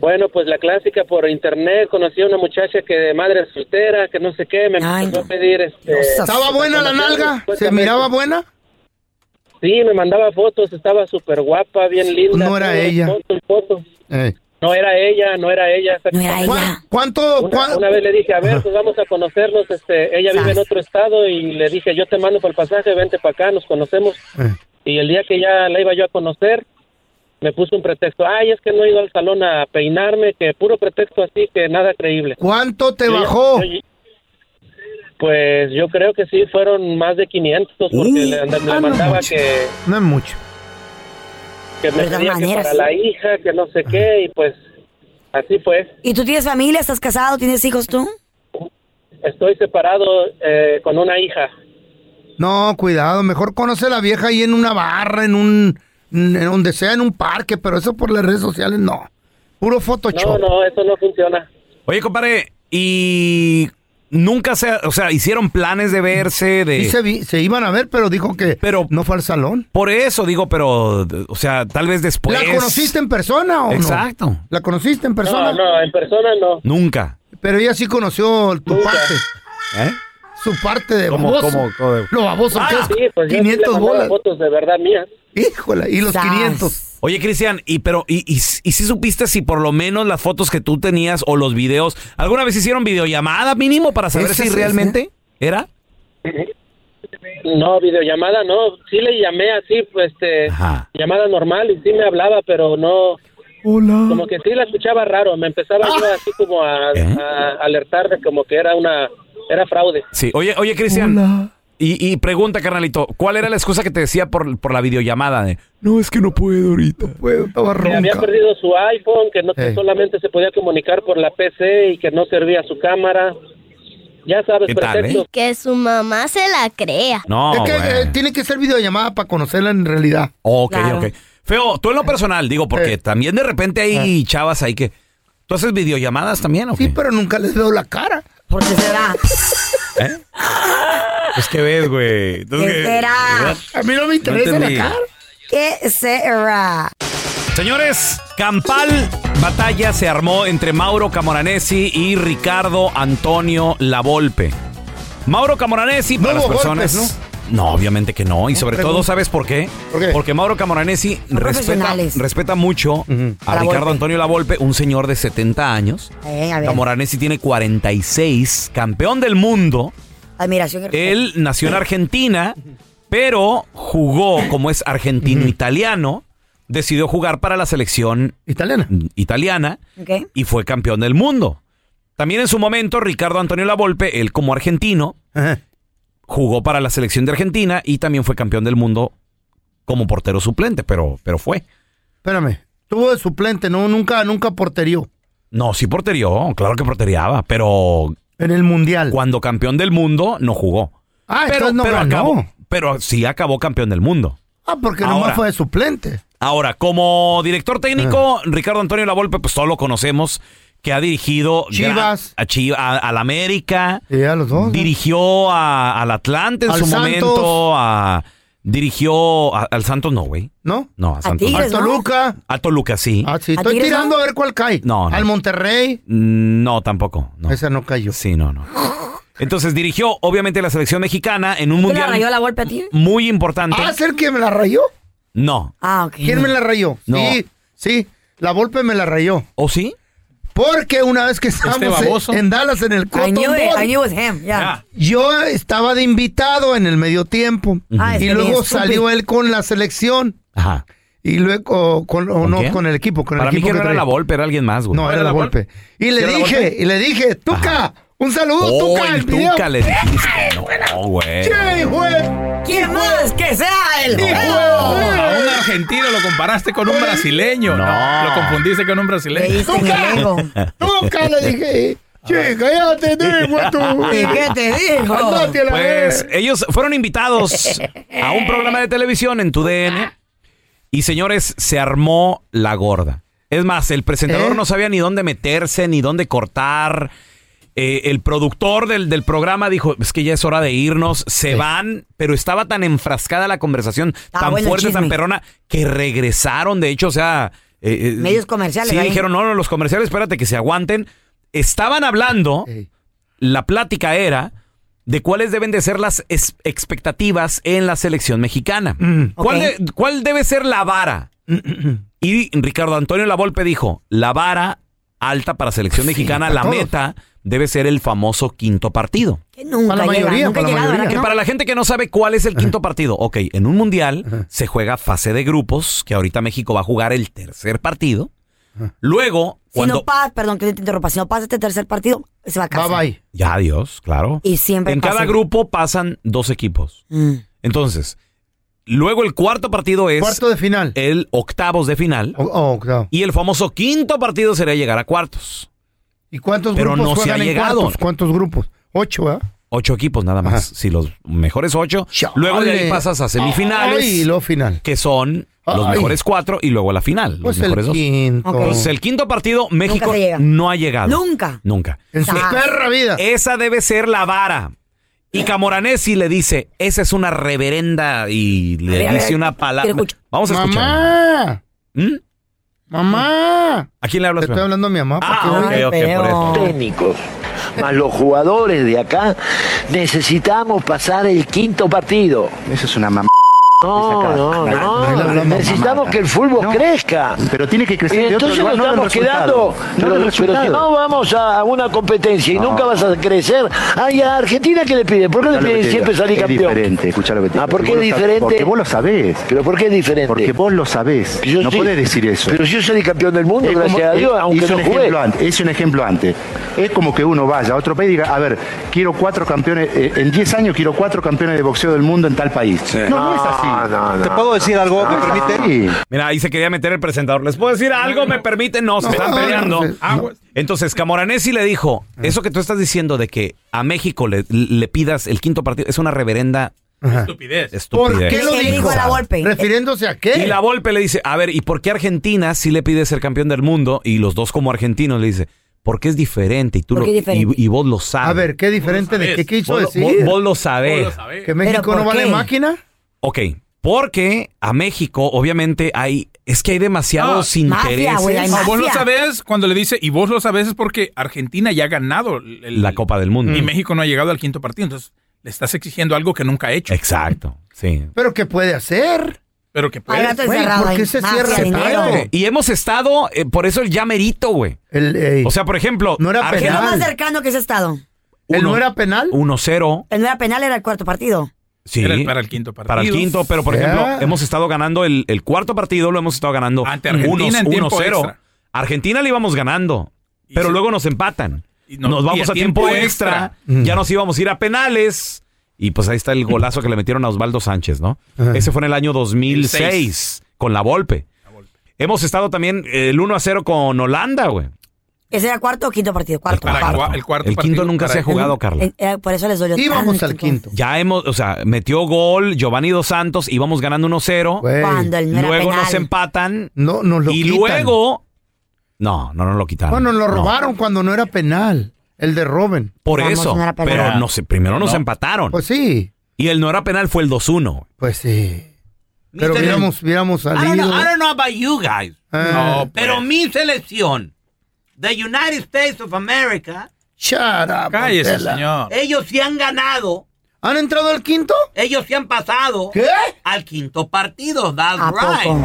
S22: Bueno, pues la clásica por internet. Conocí a una muchacha que de madre soltera, que no sé qué, me empezó a pedir. Este,
S6: ¿Estaba buena la nalga? Ah, ¿Se miraba buena?
S22: Sí, me mandaba fotos, estaba súper guapa, bien linda.
S6: No era
S22: todo,
S6: ella.
S22: todo en fotos.
S6: Eh.
S22: No era ella, no era ella.
S6: ¿Cuá- ¿Cuánto?
S22: Una,
S6: cuá-
S22: una vez le dije, a ver, pues vamos a conocernos. Este, ella vive en otro estado y le dije, yo te mando para el pasaje, vente para acá, nos conocemos. Y el día que ya la iba yo a conocer, me puso un pretexto. Ay, es que no he ido al salón a peinarme, que puro pretexto así, que nada creíble.
S6: ¿Cuánto te
S22: Yo ya-
S6: bajó?
S22: yo- pues yo creo que sí, fueron más de 500 porque
S4: Uh.
S6: Uy,
S22: le, and- le
S6: ah, no
S22: mandaba
S6: manches.
S22: que,
S6: No es mucho.
S22: que me
S7: De todas
S22: pedía que
S7: maneras.
S22: para la hija, que no sé qué, y pues así fue.
S7: ¿Y tú tienes familia? ¿Estás casado? ¿Tienes hijos tú?
S22: Estoy separado eh, con una hija.
S6: No, cuidado. Mejor conoce a la vieja ahí en una barra, en un. en donde sea, en un parque, pero eso por las redes sociales no. Puro Photoshop.
S22: No, no, eso no funciona.
S4: Oye, compadre, y nunca se, o sea, hicieron planes de verse, de...
S6: Sí se, vi- se iban a ver, pero dijo que no fue al salón.
S4: Por eso digo, pero, o sea, tal vez después...
S6: ¿La conociste en persona o no?
S4: Pues, Exacto.
S6: ¿La conociste en persona?
S22: No, no, en persona no.
S4: Nunca.
S6: Pero ella sí conoció tu parte.
S4: ¿Eh?
S6: Su parte de
S4: ¿Cómo,
S6: baboso.
S4: cómo, cómo?
S6: Lo baboso que es.
S22: sí, pues yo sí le
S6: 500
S22: mandaba
S6: bolas.
S22: fotos de verdad mías.
S6: Híjole, y los
S22: Sas.
S6: 500.
S4: Oye, Cristian, y pero y, y, y si supiste si por lo menos las fotos que tú tenías o los videos, ¿alguna vez hicieron videollamada mínimo para saber
S22: Ese
S4: si
S22: sí,
S4: realmente era?
S22: No, videollamada no. Sí le llamé así, pues, este, llamada normal y sí me hablaba, pero no. Como que sí la escuchaba raro. Me empezaba yo así como a,
S6: ¿Eh?
S22: a alertar de como que era una. Era fraude.
S4: Sí. Oye, oye, Cristian. Y, y pregunta, carnalito, ¿cuál era la excusa que te decía por, por la videollamada? de, no, es que no puedo ahorita.
S6: puedo, estaba
S22: Que había perdido su iPhone, que, no, que
S4: Ey.
S22: solamente se podía comunicar por la PC y que no servía su cámara. Ya sabes,
S6: ¿Qué tal,
S22: pretextos.
S6: eh?
S16: Que su mamá se la crea.
S4: No,
S6: es que
S4: güey.
S6: eh, tiene que ser videollamada para conocerla en realidad.
S4: Ok,
S6: Claro.
S4: ok. Feo, tú en lo personal, digo,
S6: Eh.
S4: porque también de repente hay chavas ahí que... ¿Tú haces videollamadas también o qué?
S6: Sí, pero nunca les veo la cara.
S7: Porque será.
S4: ¿Eh? Es que ves, güey. Entonces,
S7: ¿Qué
S4: que-
S7: será?
S6: A mí no me interesa la
S4: entendí.
S6: cara.
S7: ¿Qué será?
S4: Señores, campal batalla se armó entre Mauro Camoranesi y Ricardo Antonio Lavolpe. Mauro Camoranesi, para
S6: No
S4: las
S6: hubo
S4: personas.
S6: golpes,
S4: ¿no? obviamente que no. Y sobre
S6: pregunto.
S4: todo, ¿sabes por qué? Porque Mauro Camoranesi respeta,
S7: profesionales.
S4: respeta mucho a
S7: La
S4: Ricardo
S7: Volpe.
S4: Antonio Lavolpe, un señor de 70 años.
S7: Eh, a ver.
S4: Camoranesi tiene 46, campeón del mundo.
S7: Admiración. y
S4: Él nació en Argentina, pero jugó, como es argentino-italiano, decidió jugar para la selección
S6: italiana.
S4: italiana
S7: respeto. Ok.
S4: y fue campeón del mundo. También en su momento, Ricardo Antonio Lavolpe, él como argentino, jugó para la selección de Argentina y también fue campeón del mundo como portero suplente, pero, pero fue.
S6: Espérame. Tuvo de suplente, no, nunca, nunca porterío.
S4: No, sí porterió, claro que porteriaba, pero...
S6: En el Mundial.
S4: Cuando campeón del mundo, no jugó.
S6: Ah, entonces no ganó.
S4: acabó, pero sí acabó campeón del mundo.
S6: Ah, porque
S4: Ahora.
S6: nomás fue de suplente.
S4: Ahora, como director
S6: Ah.
S4: técnico, Ricardo Antonio Lavolpe, pues todos lo conocemos, que ha dirigido gran-
S6: Chivas.
S4: a Chivas, a, a la América,
S6: Sí, a los dos. ¿no?
S4: dirigió a- al Atlante en
S6: Al
S4: su
S6: Santos.
S4: momento, a Dirigió a- al Santos, no, güey.
S6: ¿No?
S4: No, a Santos.
S6: Tigres, ¿no? A Toluca.
S4: A Toluca, sí.
S6: Ah, sí. Estoy tirando a ver cuál cae.
S4: No, no. Mm,
S6: Al Monterrey.
S4: No, tampoco.
S6: Esa no cayó.
S4: Sí, no, no. Entonces dirigió, obviamente, la selección mexicana en un
S7: ¿Te la
S4: mundial
S7: rayó la golpe a ti?
S4: muy importante.
S6: ¿Ah, es el que me la rayó?
S4: No.
S7: Ah, ok.
S6: ¿Quién me la rayó?
S4: No.
S6: Sí, sí. La Volpe me la rayó.
S4: ¿O sí?
S6: Porque una vez que estábamos
S7: baboso.
S6: en Dallas en el
S7: I
S6: Cotton
S7: knew it,
S6: Bowl,
S7: I knew it was him, yeah.
S6: yo estaba de invitado en el medio tiempo.
S7: Ah,
S6: y
S7: es
S6: luego
S7: bien
S6: salió
S7: estúpido.
S6: él con la selección.
S4: Ajá.
S6: Y luego con, o no,
S4: quién?
S6: con el equipo. Con el
S4: Para mí
S6: equipo
S4: que no
S6: que
S4: era
S6: traía.
S4: la Volpe, era alguien más, güey.
S6: No, era la Volpe. Y
S4: ¿Sí
S6: le
S4: era la
S6: dije,
S4: Volpe?
S6: y le dije, Tuca, un saludo,
S4: Oh,
S6: Tuca.
S4: el
S6: video".
S4: Tuca le dijiste. No, Eh. güey.
S6: ¡Che, hijo de-
S7: ¿Quién más que sea el
S8: A un argentino lo comparaste con un brasileño. No. Lo confundiste con un brasileño.
S6: Tuca, le dije. Che, cállate, digo tú.
S7: ¿Y qué te dijo?
S6: Andate a la
S4: Pues ellos fueron invitados a un programa de televisión en TUDN y señores, se armó la gorda. Es más, el presentador
S6: ¿Eh?
S4: no sabía ni dónde meterse, ni dónde cortar. Eh, el productor del, del programa dijo, es que ya es hora de irnos, se van, pero estaba tan enfrascada la conversación,
S7: Ah,
S4: tan
S7: bueno, el
S4: fuerte, tan
S7: chisme.
S4: perrona, que regresaron, de hecho, o sea... eh, eh,
S7: Medios comerciales,
S4: Sí,
S7: ahí.
S4: dijeron, no, no, los comerciales, espérate, que se aguanten. Estaban hablando, la plática era de cuáles deben de ser las es- expectativas en la selección mexicana. ¿Cuál,
S7: Mm, Ok. Mm.
S4: de- cuál debe ser la vara? y Ricardo Antonio Lavolpe dijo, la vara alta para selección mexicana,
S7: para
S4: la
S7: todos.
S4: meta debe ser el famoso quinto partido.
S7: Que nunca
S6: Para la
S7: llega,
S6: mayoría,
S7: nunca
S6: para la
S7: ha llegado, ¿verdad
S4: Que
S7: que no?
S4: para la gente que no sabe cuál es el quinto partido, ok, en un mundial se juega fase de grupos, que ahorita México va a jugar el tercer partido. Luego,
S7: Si
S4: cuando...
S7: no pasa, perdón que te interrumpa, si no pasa este tercer partido, se va a casa.
S4: Ya, adiós, claro.
S7: Y siempre
S4: En cada
S7: pasa. Mm.
S4: grupo pasan dos equipos. Entonces, luego el cuarto partido es.
S6: Cuarto de final.
S4: El octavos de final.
S6: Oh, claro.
S4: Y el famoso quinto partido sería llegar a cuartos.
S6: ¿Y cuántos
S4: Pero
S6: grupos
S4: no se
S6: juegan
S4: ha
S6: en
S4: llegado.
S6: cuartos? ¿Cuántos grupos? Ocho, ¿verdad?
S4: Ocho equipos nada más. Si los mejores ocho. Luego de ahí
S6: Ole.
S4: pasas a semifinales.
S6: Ay, y luego final.
S4: Que son los
S6: Ay.
S4: mejores cuatro y luego a la final.
S6: Pues
S4: los mejores
S6: el
S4: dos.
S6: quinto. Ok.
S4: Entonces, el quinto partido, México
S7: se llega.
S4: no ha llegado.
S7: Nunca.
S4: Nunca.
S6: En su
S4: Ah.
S6: perra vida.
S4: Esa debe ser la vara. Y Camoranesi le dice, esa es una reverenda y
S6: A
S4: le
S6: ver, a
S4: dice
S6: ver,
S4: una palabra.
S6: quiero escuchar.
S4: Vamos a escuchar.
S6: Mamá.
S4: ¿Mm?
S6: Mamá.
S4: ¿A quién le hablas?
S6: Te estoy hablando a mi mamá.
S4: Ah,
S6: porque-
S4: ok, ok, por eso.
S1: técnicos, más los jugadores de acá, necesitamos pasar el quinto partido.
S5: Eso es una mamá.
S1: No, no, no. Necesitamos que el fútbol crezca.
S5: Pero tiene que
S1: Y
S5: crecer de otro
S1: entonces
S5: lugar,
S1: nos
S5: no del
S1: estamos
S5: resultado.
S1: quedando.
S5: No
S1: pero,
S5: del
S1: pero si
S5: resultado.
S1: no vamos a a una competencia y
S5: No.
S1: nunca vas a crecer. Ay, a Argentina, ¿qué le piden? ¿Por qué le
S5: Escuchá lo que
S1: piden
S5: te
S1: siempre
S5: digo.
S1: salir
S5: Es
S1: campeón?
S5: diferente, escuchá lo que te
S1: Ah,
S5: digo.
S1: ¿por qué
S5: vos
S1: es
S5: lo sab-
S1: diferente?
S5: Porque vos lo sabés.
S1: ¿Pero por qué es diferente?
S5: Porque vos lo sabés.
S1: Yo
S5: no
S1: sí.
S5: podés decir eso.
S1: Pero yo soy campeón del mundo,
S5: Es
S1: gracias
S5: como-
S1: a Dios,
S5: es-
S1: aunque
S5: hice
S1: no
S5: un
S1: jugué.
S5: ejemplo antes, hice un ejemplo antes. Es como que uno vaya a otro país y diga, a ver, quiero cuatro campeones, eh, en 10 años quiero cuatro campeones de boxeo del mundo en tal país. No, no es así. ¿Te puedo decir algo? ¿Me permite?
S4: Mira, ahí se quería meter el presentador. ¿Les puedo decir algo? ¿Me permiten? No, se
S5: No,
S4: están
S5: no,
S4: peleando.
S5: no, no.
S4: Aguas. Entonces, Camoranesi le dijo, eso que tú estás diciendo de que a México le, le pidas el quinto partido es una reverenda
S6: Estupidez.
S4: estupidez.
S6: ¿Por qué lo
S7: Él dijo
S6: dijo?
S7: a la Volpe.
S6: ¿Refiriéndose a
S4: Y
S6: qué?
S4: la Volpe le dice, a ver, ¿y por qué Argentina sí le pide ser campeón del mundo? Y los dos como argentinos le dice, porque es diferente y tú
S6: Porque
S4: lo-
S6: es diferente.
S4: Y, y vos lo sabes.
S6: A ver, ¿qué diferente de qué quiso
S4: Vos lo-
S6: decir?
S4: vos- vos lo sabés. Vos lo sabés.
S6: ¿Que México
S4: ¿Pero
S6: no
S4: por
S6: vale
S4: qué?
S6: máquina?
S4: Ok, porque a México obviamente hay, es que hay demasiados intereses.
S8: No, vos lo sabés cuando le dice, y vos lo sabés es porque Argentina ya ha ganado el- el-
S4: La Copa del Mundo.
S8: y México no ha llegado al quinto partido. Entonces, le estás exigiendo algo que nunca ha hecho.
S4: Exacto, sí.
S6: ¿Pero qué puede hacer?
S8: Pero que
S6: Al
S8: puede.
S6: rato encerrado Güey, ¿por qué ahí. se Mafia, cierra el dinero.
S4: Padre, Y hemos estado, eh, por eso el ya merito, güey. O sea, por ejemplo, no
S7: ¿Qué es lo más cercano que se ha estado?
S6: no era penal?
S4: 1-0.
S7: El no era penal, era el cuarto partido.
S4: Sí.
S8: Era el- para el quinto partido.
S4: Para el quinto, pero por
S8: Ya.
S4: ejemplo, hemos estado ganando el, el cuarto partido, lo hemos estado ganando
S8: Ante Argentina en tiempo
S4: 1-0.
S8: extra.
S4: Argentina le íbamos ganando, pero luego nos empatan.
S8: no-
S4: nos
S8: y
S4: vamos a tiempo, extra, Mm. ya nos íbamos a ir a penales. Y pues ahí está el golazo que le metieron a Osvaldo Sánchez, ¿no?
S8: Ajá.
S4: Ese fue en el año 2006, con la Volpe. Hemos estado también eh, el 1 0 con Holanda, güey.
S7: ¿Ese era cuarto o quinto partido? Cuarto. cuarto.
S4: El quinto nunca se ha jugado, Carla.
S7: Eh, eh, por eso les dolió tanto.
S4: quinto. Ya hemos, o sea, metió gol Giovanni Dos Santos, íbamos ganando 1-0.
S7: Cuando el no era
S4: Luego nos
S7: penal.
S4: empatan.
S6: No, nos lo
S4: y
S6: quitan.
S4: luego. No, no, no lo quitaron.
S6: Bueno, lo
S4: No.
S6: robaron cuando no era penal. El de Robin.
S4: Por eso. pero no sé, primero nos empataron.
S6: Pues sí.
S4: Y el no era penal fue el 2-1.
S6: Pues sí. Pero
S13: Mister-
S6: hubiéramos, hubiéramos
S13: I don't, know,
S6: salido.
S13: I don't know about you guys.
S6: Ah. No,
S13: pero mi selección, the United States of America,
S6: Shut up,
S8: Cállese,
S6: Montela.
S8: señor.
S13: ellos se han ganado.
S6: ¿Han entrado al quinto?
S13: Ellos se han pasado.
S6: ¿Qué?
S13: Al quinto partido. That's
S6: ¿A
S13: right.
S6: poco?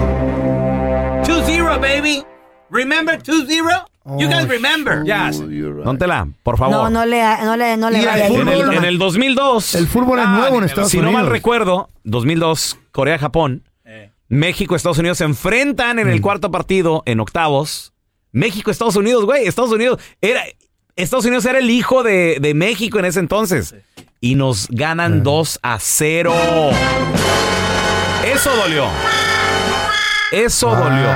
S13: 2-0, baby. Remember 2-0? you guys remember.
S4: Yes. Póntela, por favor.
S7: No, no le, no le, no le vaya
S4: en, el,
S7: ahí.
S4: en el 2002. El
S6: fútbol es nuevo en Estados
S4: Ah, si no mal
S6: Unidos.
S4: recuerdo, 2002, Corea-Japón. México, Estados Unidos se enfrentan en
S6: Mm.
S4: el cuarto partido, en octavos. México, Estados Unidos, güey. Estados Unidos era. Estados Unidos era el hijo de, de México en ese entonces. Y nos
S6: Mm.
S4: ganan 2 a 0. Eso dolió. Eso dolió.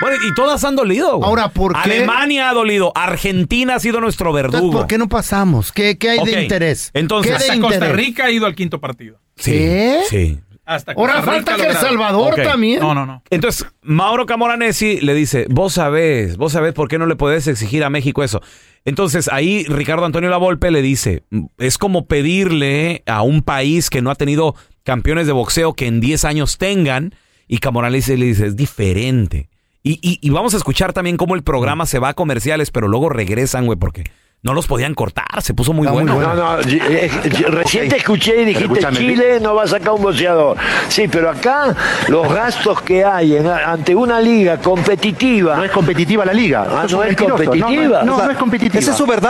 S4: Bueno, y todas han dolido. Ahora,
S6: ¿por qué?
S4: Alemania ha dolido. Argentina ha sido nuestro verdugo.
S6: Entonces, ¿Por qué no pasamos? ¿Qué, qué hay
S4: Ok,
S6: de interés?
S4: entonces-
S6: ¿Qué de
S4: Hasta
S8: Costa
S6: interés?
S8: Rica ha ido al quinto partido.
S4: Sí.
S6: ¿Qué?
S4: Sí.
S8: Hasta Costa
S6: Ahora
S8: Rica
S6: falta
S8: lo
S6: que El
S8: graba.
S6: Salvador
S4: Ok.
S6: también.
S8: No, no, no.
S4: Entonces, Mauro Camoranesi le dice, vos sabés, vos sabés por qué no le podés exigir a México eso. Entonces, ahí Ricardo Antonio Lavolpe le dice, es como pedirle a un país que no ha tenido campeones de boxeo que en 10 años tengan, y Camoranesi le dice, es diferente. Y, y- y vamos a escuchar también cómo el programa se va a comerciales, pero luego regresan, güey, porque no los podían cortar, se puso muy bueno.
S1: No, no, y- eh, y- recién
S4: Ok.
S1: te escuché y dijiste
S4: Escúchame,
S1: Chile no va a sacar un boxeador. Sí, pero acá los gastos que hay en- ante una liga competitiva. No es competitiva la liga.
S5: Esto
S1: Ah, no
S5: un
S1: es
S5: mentiroso.
S1: competitiva.
S5: No, no, no, no es competitiva. no, no es competitiva. Escúchame lo que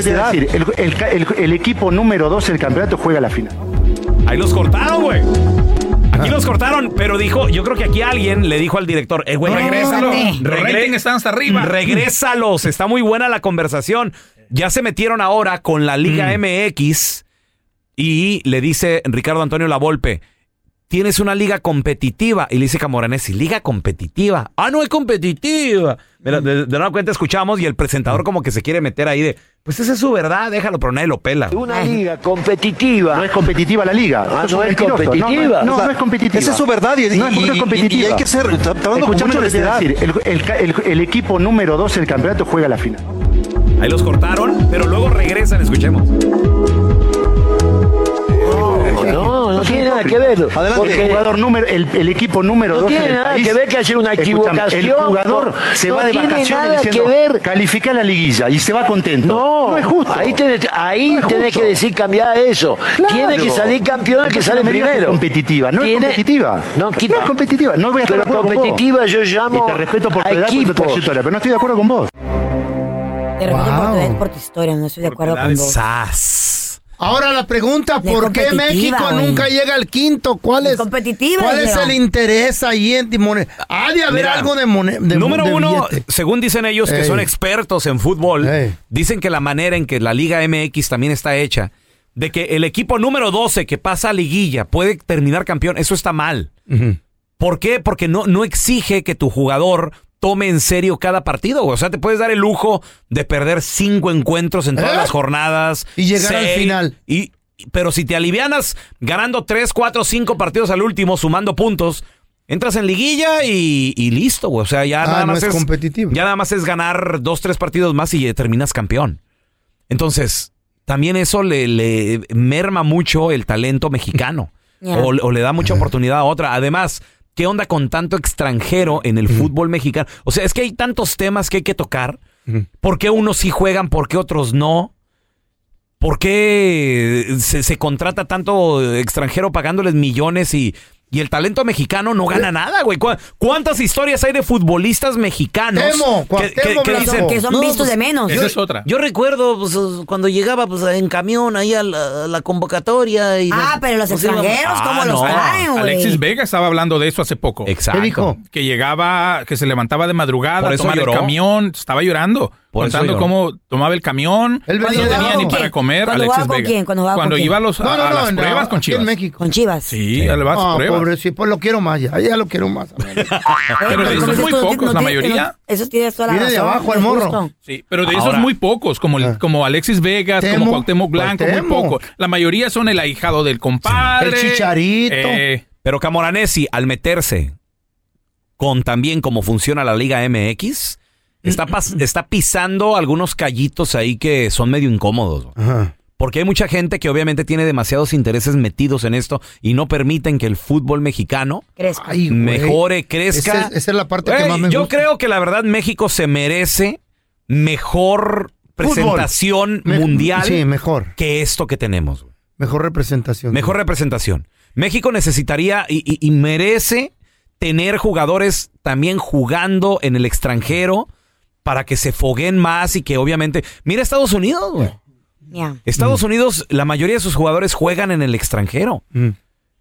S5: te voy a decir. El, el ca- el- el equipo número 2 del campeonato juega la final.
S4: Ahí los cortaron, güey. Aquí
S8: Ah.
S4: los cortaron, pero dijo, yo creo que aquí alguien le dijo al director, eh, güey,
S8: No,
S4: regrésalo.
S8: espérate. Los
S4: Regre-
S8: ratings están hasta arriba.
S4: Regrésalos, está muy buena la conversación. Ya se metieron ahora con la
S8: Mm.
S4: Liga MX y le dice Ricardo Antonio Lavolpe, tienes una liga competitiva. Y le dice Camoranesi, liga competitiva. Ah, no es competitiva. Mira, de, de una cuenta escuchamos y el
S8: Mm.
S4: presentador como que se quiere meter ahí de, pues esa es su verdad, déjalo, pero nadie lo pela.
S1: Una liga competitiva. Ah. No es competitiva la liga.
S5: Esto es
S1: no
S5: un
S1: es
S5: mentiroso. No, no,
S1: competitiva.
S5: no, no es competitiva. No, no es competitiva. Escúchame lo que te voy a decir. El, el ca- el- el equipo número 2 del campeonato juega la final.
S4: Ahí los cortaron, pero luego regresan, escuchemos.
S1: No, no tiene nada que ver.
S5: el,
S1: Porque
S5: jugador número, el, el equipo número
S1: No
S5: 12
S1: tiene
S5: del
S1: nada
S5: país.
S1: que ver que haya una
S5: Escúchame,
S1: equivocación.
S5: El jugador se
S1: No
S5: va de
S1: tiene
S5: vacaciones
S1: nada que
S5: diciendo,
S1: ver.
S5: califica la liguilla y se va contento. No, es justo.
S1: Ahí tenés, ahí
S5: No es
S1: tenés
S5: justo.
S1: que decir cambiar eso.
S5: Claro.
S1: Tiene que salir campeón el que
S5: Entonces
S1: sale
S5: no me digas que es
S1: primero.
S5: competitiva, no es
S1: Tiene-
S5: competitiva.
S1: No, quita-
S5: No es competitiva, no voy a estar
S1: Pero
S5: de acuerdo con vos.
S1: competitiva yo llamo
S5: Y te respeto por tu
S1: a
S5: edad, por tu
S1: equipos.
S5: trayectoria, pero no estoy de acuerdo con vos.
S7: Te respeto por tu, edad y por tu historia, no estoy de acuerdo Ah, con vos.
S6: Ahora la pregunta,
S7: De
S6: ¿por qué
S7: competitiva,
S6: México
S7: güey.
S6: nunca llega al quinto? ¿Cuál es,
S7: competitiva,
S6: ¿cuál es
S7: dijeron.
S6: el interés ahí en Timone? Ha de haber
S4: Mira,
S6: algo de moneda.
S4: Número uno, según dicen ellos que
S6: Ey.
S4: son expertos en fútbol, dicen que la manera en que la Liga MX también está hecha, de que el equipo número 12 que pasa a liguilla puede terminar campeón, eso está mal. ¿Por qué? Porque no, no exige que tu jugador tome en serio cada partido. güey. O sea, te puedes dar el lujo de perder cinco encuentros en todas
S6: ¿Eh?
S4: las jornadas.
S6: Y llegar al final.
S4: Y, pero si te alivianas ganando tres, cuatro, cinco partidos al último, sumando puntos, entras en liguilla y, y listo, güey. O sea, ya
S6: Ah,
S4: nada
S6: no
S4: más
S6: es competitivo.
S4: Ya nada más es ganar dos, tres partidos más y eh, terminas campeón. Entonces, también eso le, le merma mucho el talento mexicano.
S6: Ya.
S4: O, o le da mucha oportunidad a otra. Además, ¿qué onda con tanto extranjero en el fútbol mexicano? O sea, es que hay tantos temas que hay que tocar. ¿Por qué unos sí juegan, por qué otros no? ¿Por qué se, se contrata tanto extranjero pagándoles millones y, y el talento mexicano no gana nada, güey? ¿Cu- ¿Cuántas historias hay de futbolistas mexicanos
S6: Temo,
S4: que, que-
S6: Cuauhtémoc
S4: que
S6: Blanco.
S4: dicen
S7: Que son
S4: "No,
S7: vistos
S4: pues,
S7: de menos.
S4: yo- Yo recuerdo pues, cuando llegaba pues, en camión ahí a la, a la convocatoria. Y
S7: Ah, pero los
S4: nos íbamos-
S7: extranjeros, ¿cómo
S4: Ah,
S7: los
S4: no.
S7: traen, güey?
S8: Alexis Vega estaba hablando de eso hace poco.
S4: Exacto. ¿Qué dijo?
S8: Que llegaba, que se levantaba de madrugada,
S4: Por eso
S8: tomaba
S4: lloró.
S8: el camión, estaba llorando,
S4: Por eso
S8: contando
S4: lloró.
S8: cómo tomaba el camión,
S6: Él
S8: no
S6: venía de
S8: tenía
S6: abajo.
S8: ni
S6: ¿Con
S8: para
S6: quién?
S8: comer
S6: ¿Cuándo
S8: Alexis
S6: jugaba con
S8: Vega.
S6: quién? ¿Cuándo jugaba con
S8: iba a,
S6: quién?
S8: los, a-
S6: No, no,
S8: a
S6: no,
S8: las
S6: no,
S8: pruebas con
S6: aquí en
S8: Chivas.
S6: México.
S7: Con Chivas.
S8: Sí, a las
S6: Ah,
S8: pruebas.
S6: pobre, sí, pues lo quiero más ya, ya lo quiero más.
S8: Pero de esos muy pocos, la mayoría.
S7: Eso tiene toda la
S6: Viene de
S7: razón,
S6: abajo el
S7: es
S6: morro.
S7: justo.
S8: Sí, pero de esos
S4: Ahora.
S8: muy pocos, como, el- como Alexis Vegas,
S6: Temo.
S8: como Cuauhtémoc Blanco,
S6: Ah. Cuauhtémoc.
S8: muy pocos. La mayoría son el ahijado del compadre.
S6: El Chicharito.
S8: Eh,
S4: Pero Camoranesi, al meterse con también cómo funciona la Liga MX, está, pas- está pisando algunos callitos ahí que son medio incómodos. güey. Porque hay mucha gente que obviamente tiene demasiados intereses metidos en esto y no permiten que el fútbol mexicano
S7: Crezca.
S4: mejore, crezca.
S6: Esa es, esa es la parte que
S4: Güey,
S6: más me
S4: yo
S6: gusta.
S4: creo que la verdad México se merece mejor
S6: Fútbol.
S4: presentación
S6: Me-
S4: mundial
S6: Sí, mejor.
S4: que esto que tenemos. güey.
S6: Mejor representación.
S4: Mejor representación. México necesitaría y, y- y merece tener jugadores también jugando en el extranjero para que se foguen más y que obviamente... Mira Estados Unidos, güey.
S6: Mm.
S7: Ya.
S4: Estados Unidos, la mayoría de sus jugadores juegan en el extranjero.
S6: Mm.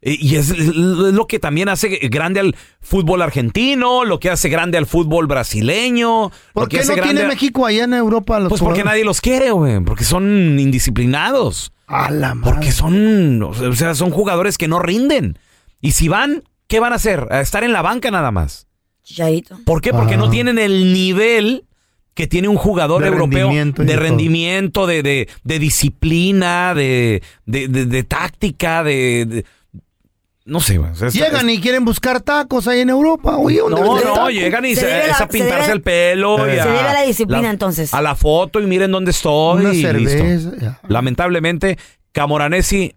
S4: Y y es l- lo que también hace grande al fútbol argentino, lo que hace grande al fútbol brasileño. lo
S6: ¿Por
S4: que
S6: qué
S4: hace
S6: no
S4: grande
S6: tiene
S4: a-
S6: México allá en Europa? Los
S4: Pues porque nadie los quiere, güey. Porque son indisciplinados.
S6: A la
S4: Porque son, o sea, son jugadores que no rinden. Y si van, ¿qué van a hacer? A estar en la banca nada más.
S7: Chicharito.
S4: ¿Por qué? Porque no tienen el nivel que tiene un jugador
S6: Ah. De
S4: europeo
S6: rendimiento y
S4: de
S6: de todo.
S4: rendimiento, de, de- de disciplina, de, de- de- de táctica, de, de- No sé, güey. O sea, está-
S6: Llegan y quieren buscar tacos ahí en Europa. Oye, ¿dónde
S4: no,
S6: venden
S4: no,
S6: tacos?
S4: llegan y
S6: Se Eh.
S4: se,
S6: debe
S4: es
S6: la-
S4: a pintarse
S6: se debe-
S4: el pelo. y
S6: Se
S4: a,
S6: debe
S7: la disciplina, entonces.
S4: A la foto y miren dónde estoy.
S6: Una
S4: y listo.
S6: cerveza, ya.
S4: Lamentablemente, Camoranesi.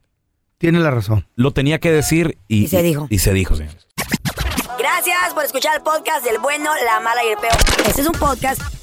S6: Tiene la razón.
S4: Lo tenía que decir y,
S7: Y se dijo.
S4: Y, se dijo, señores.
S7: Gracias por escuchar el podcast del bueno, la mala y el peor. Este es un podcast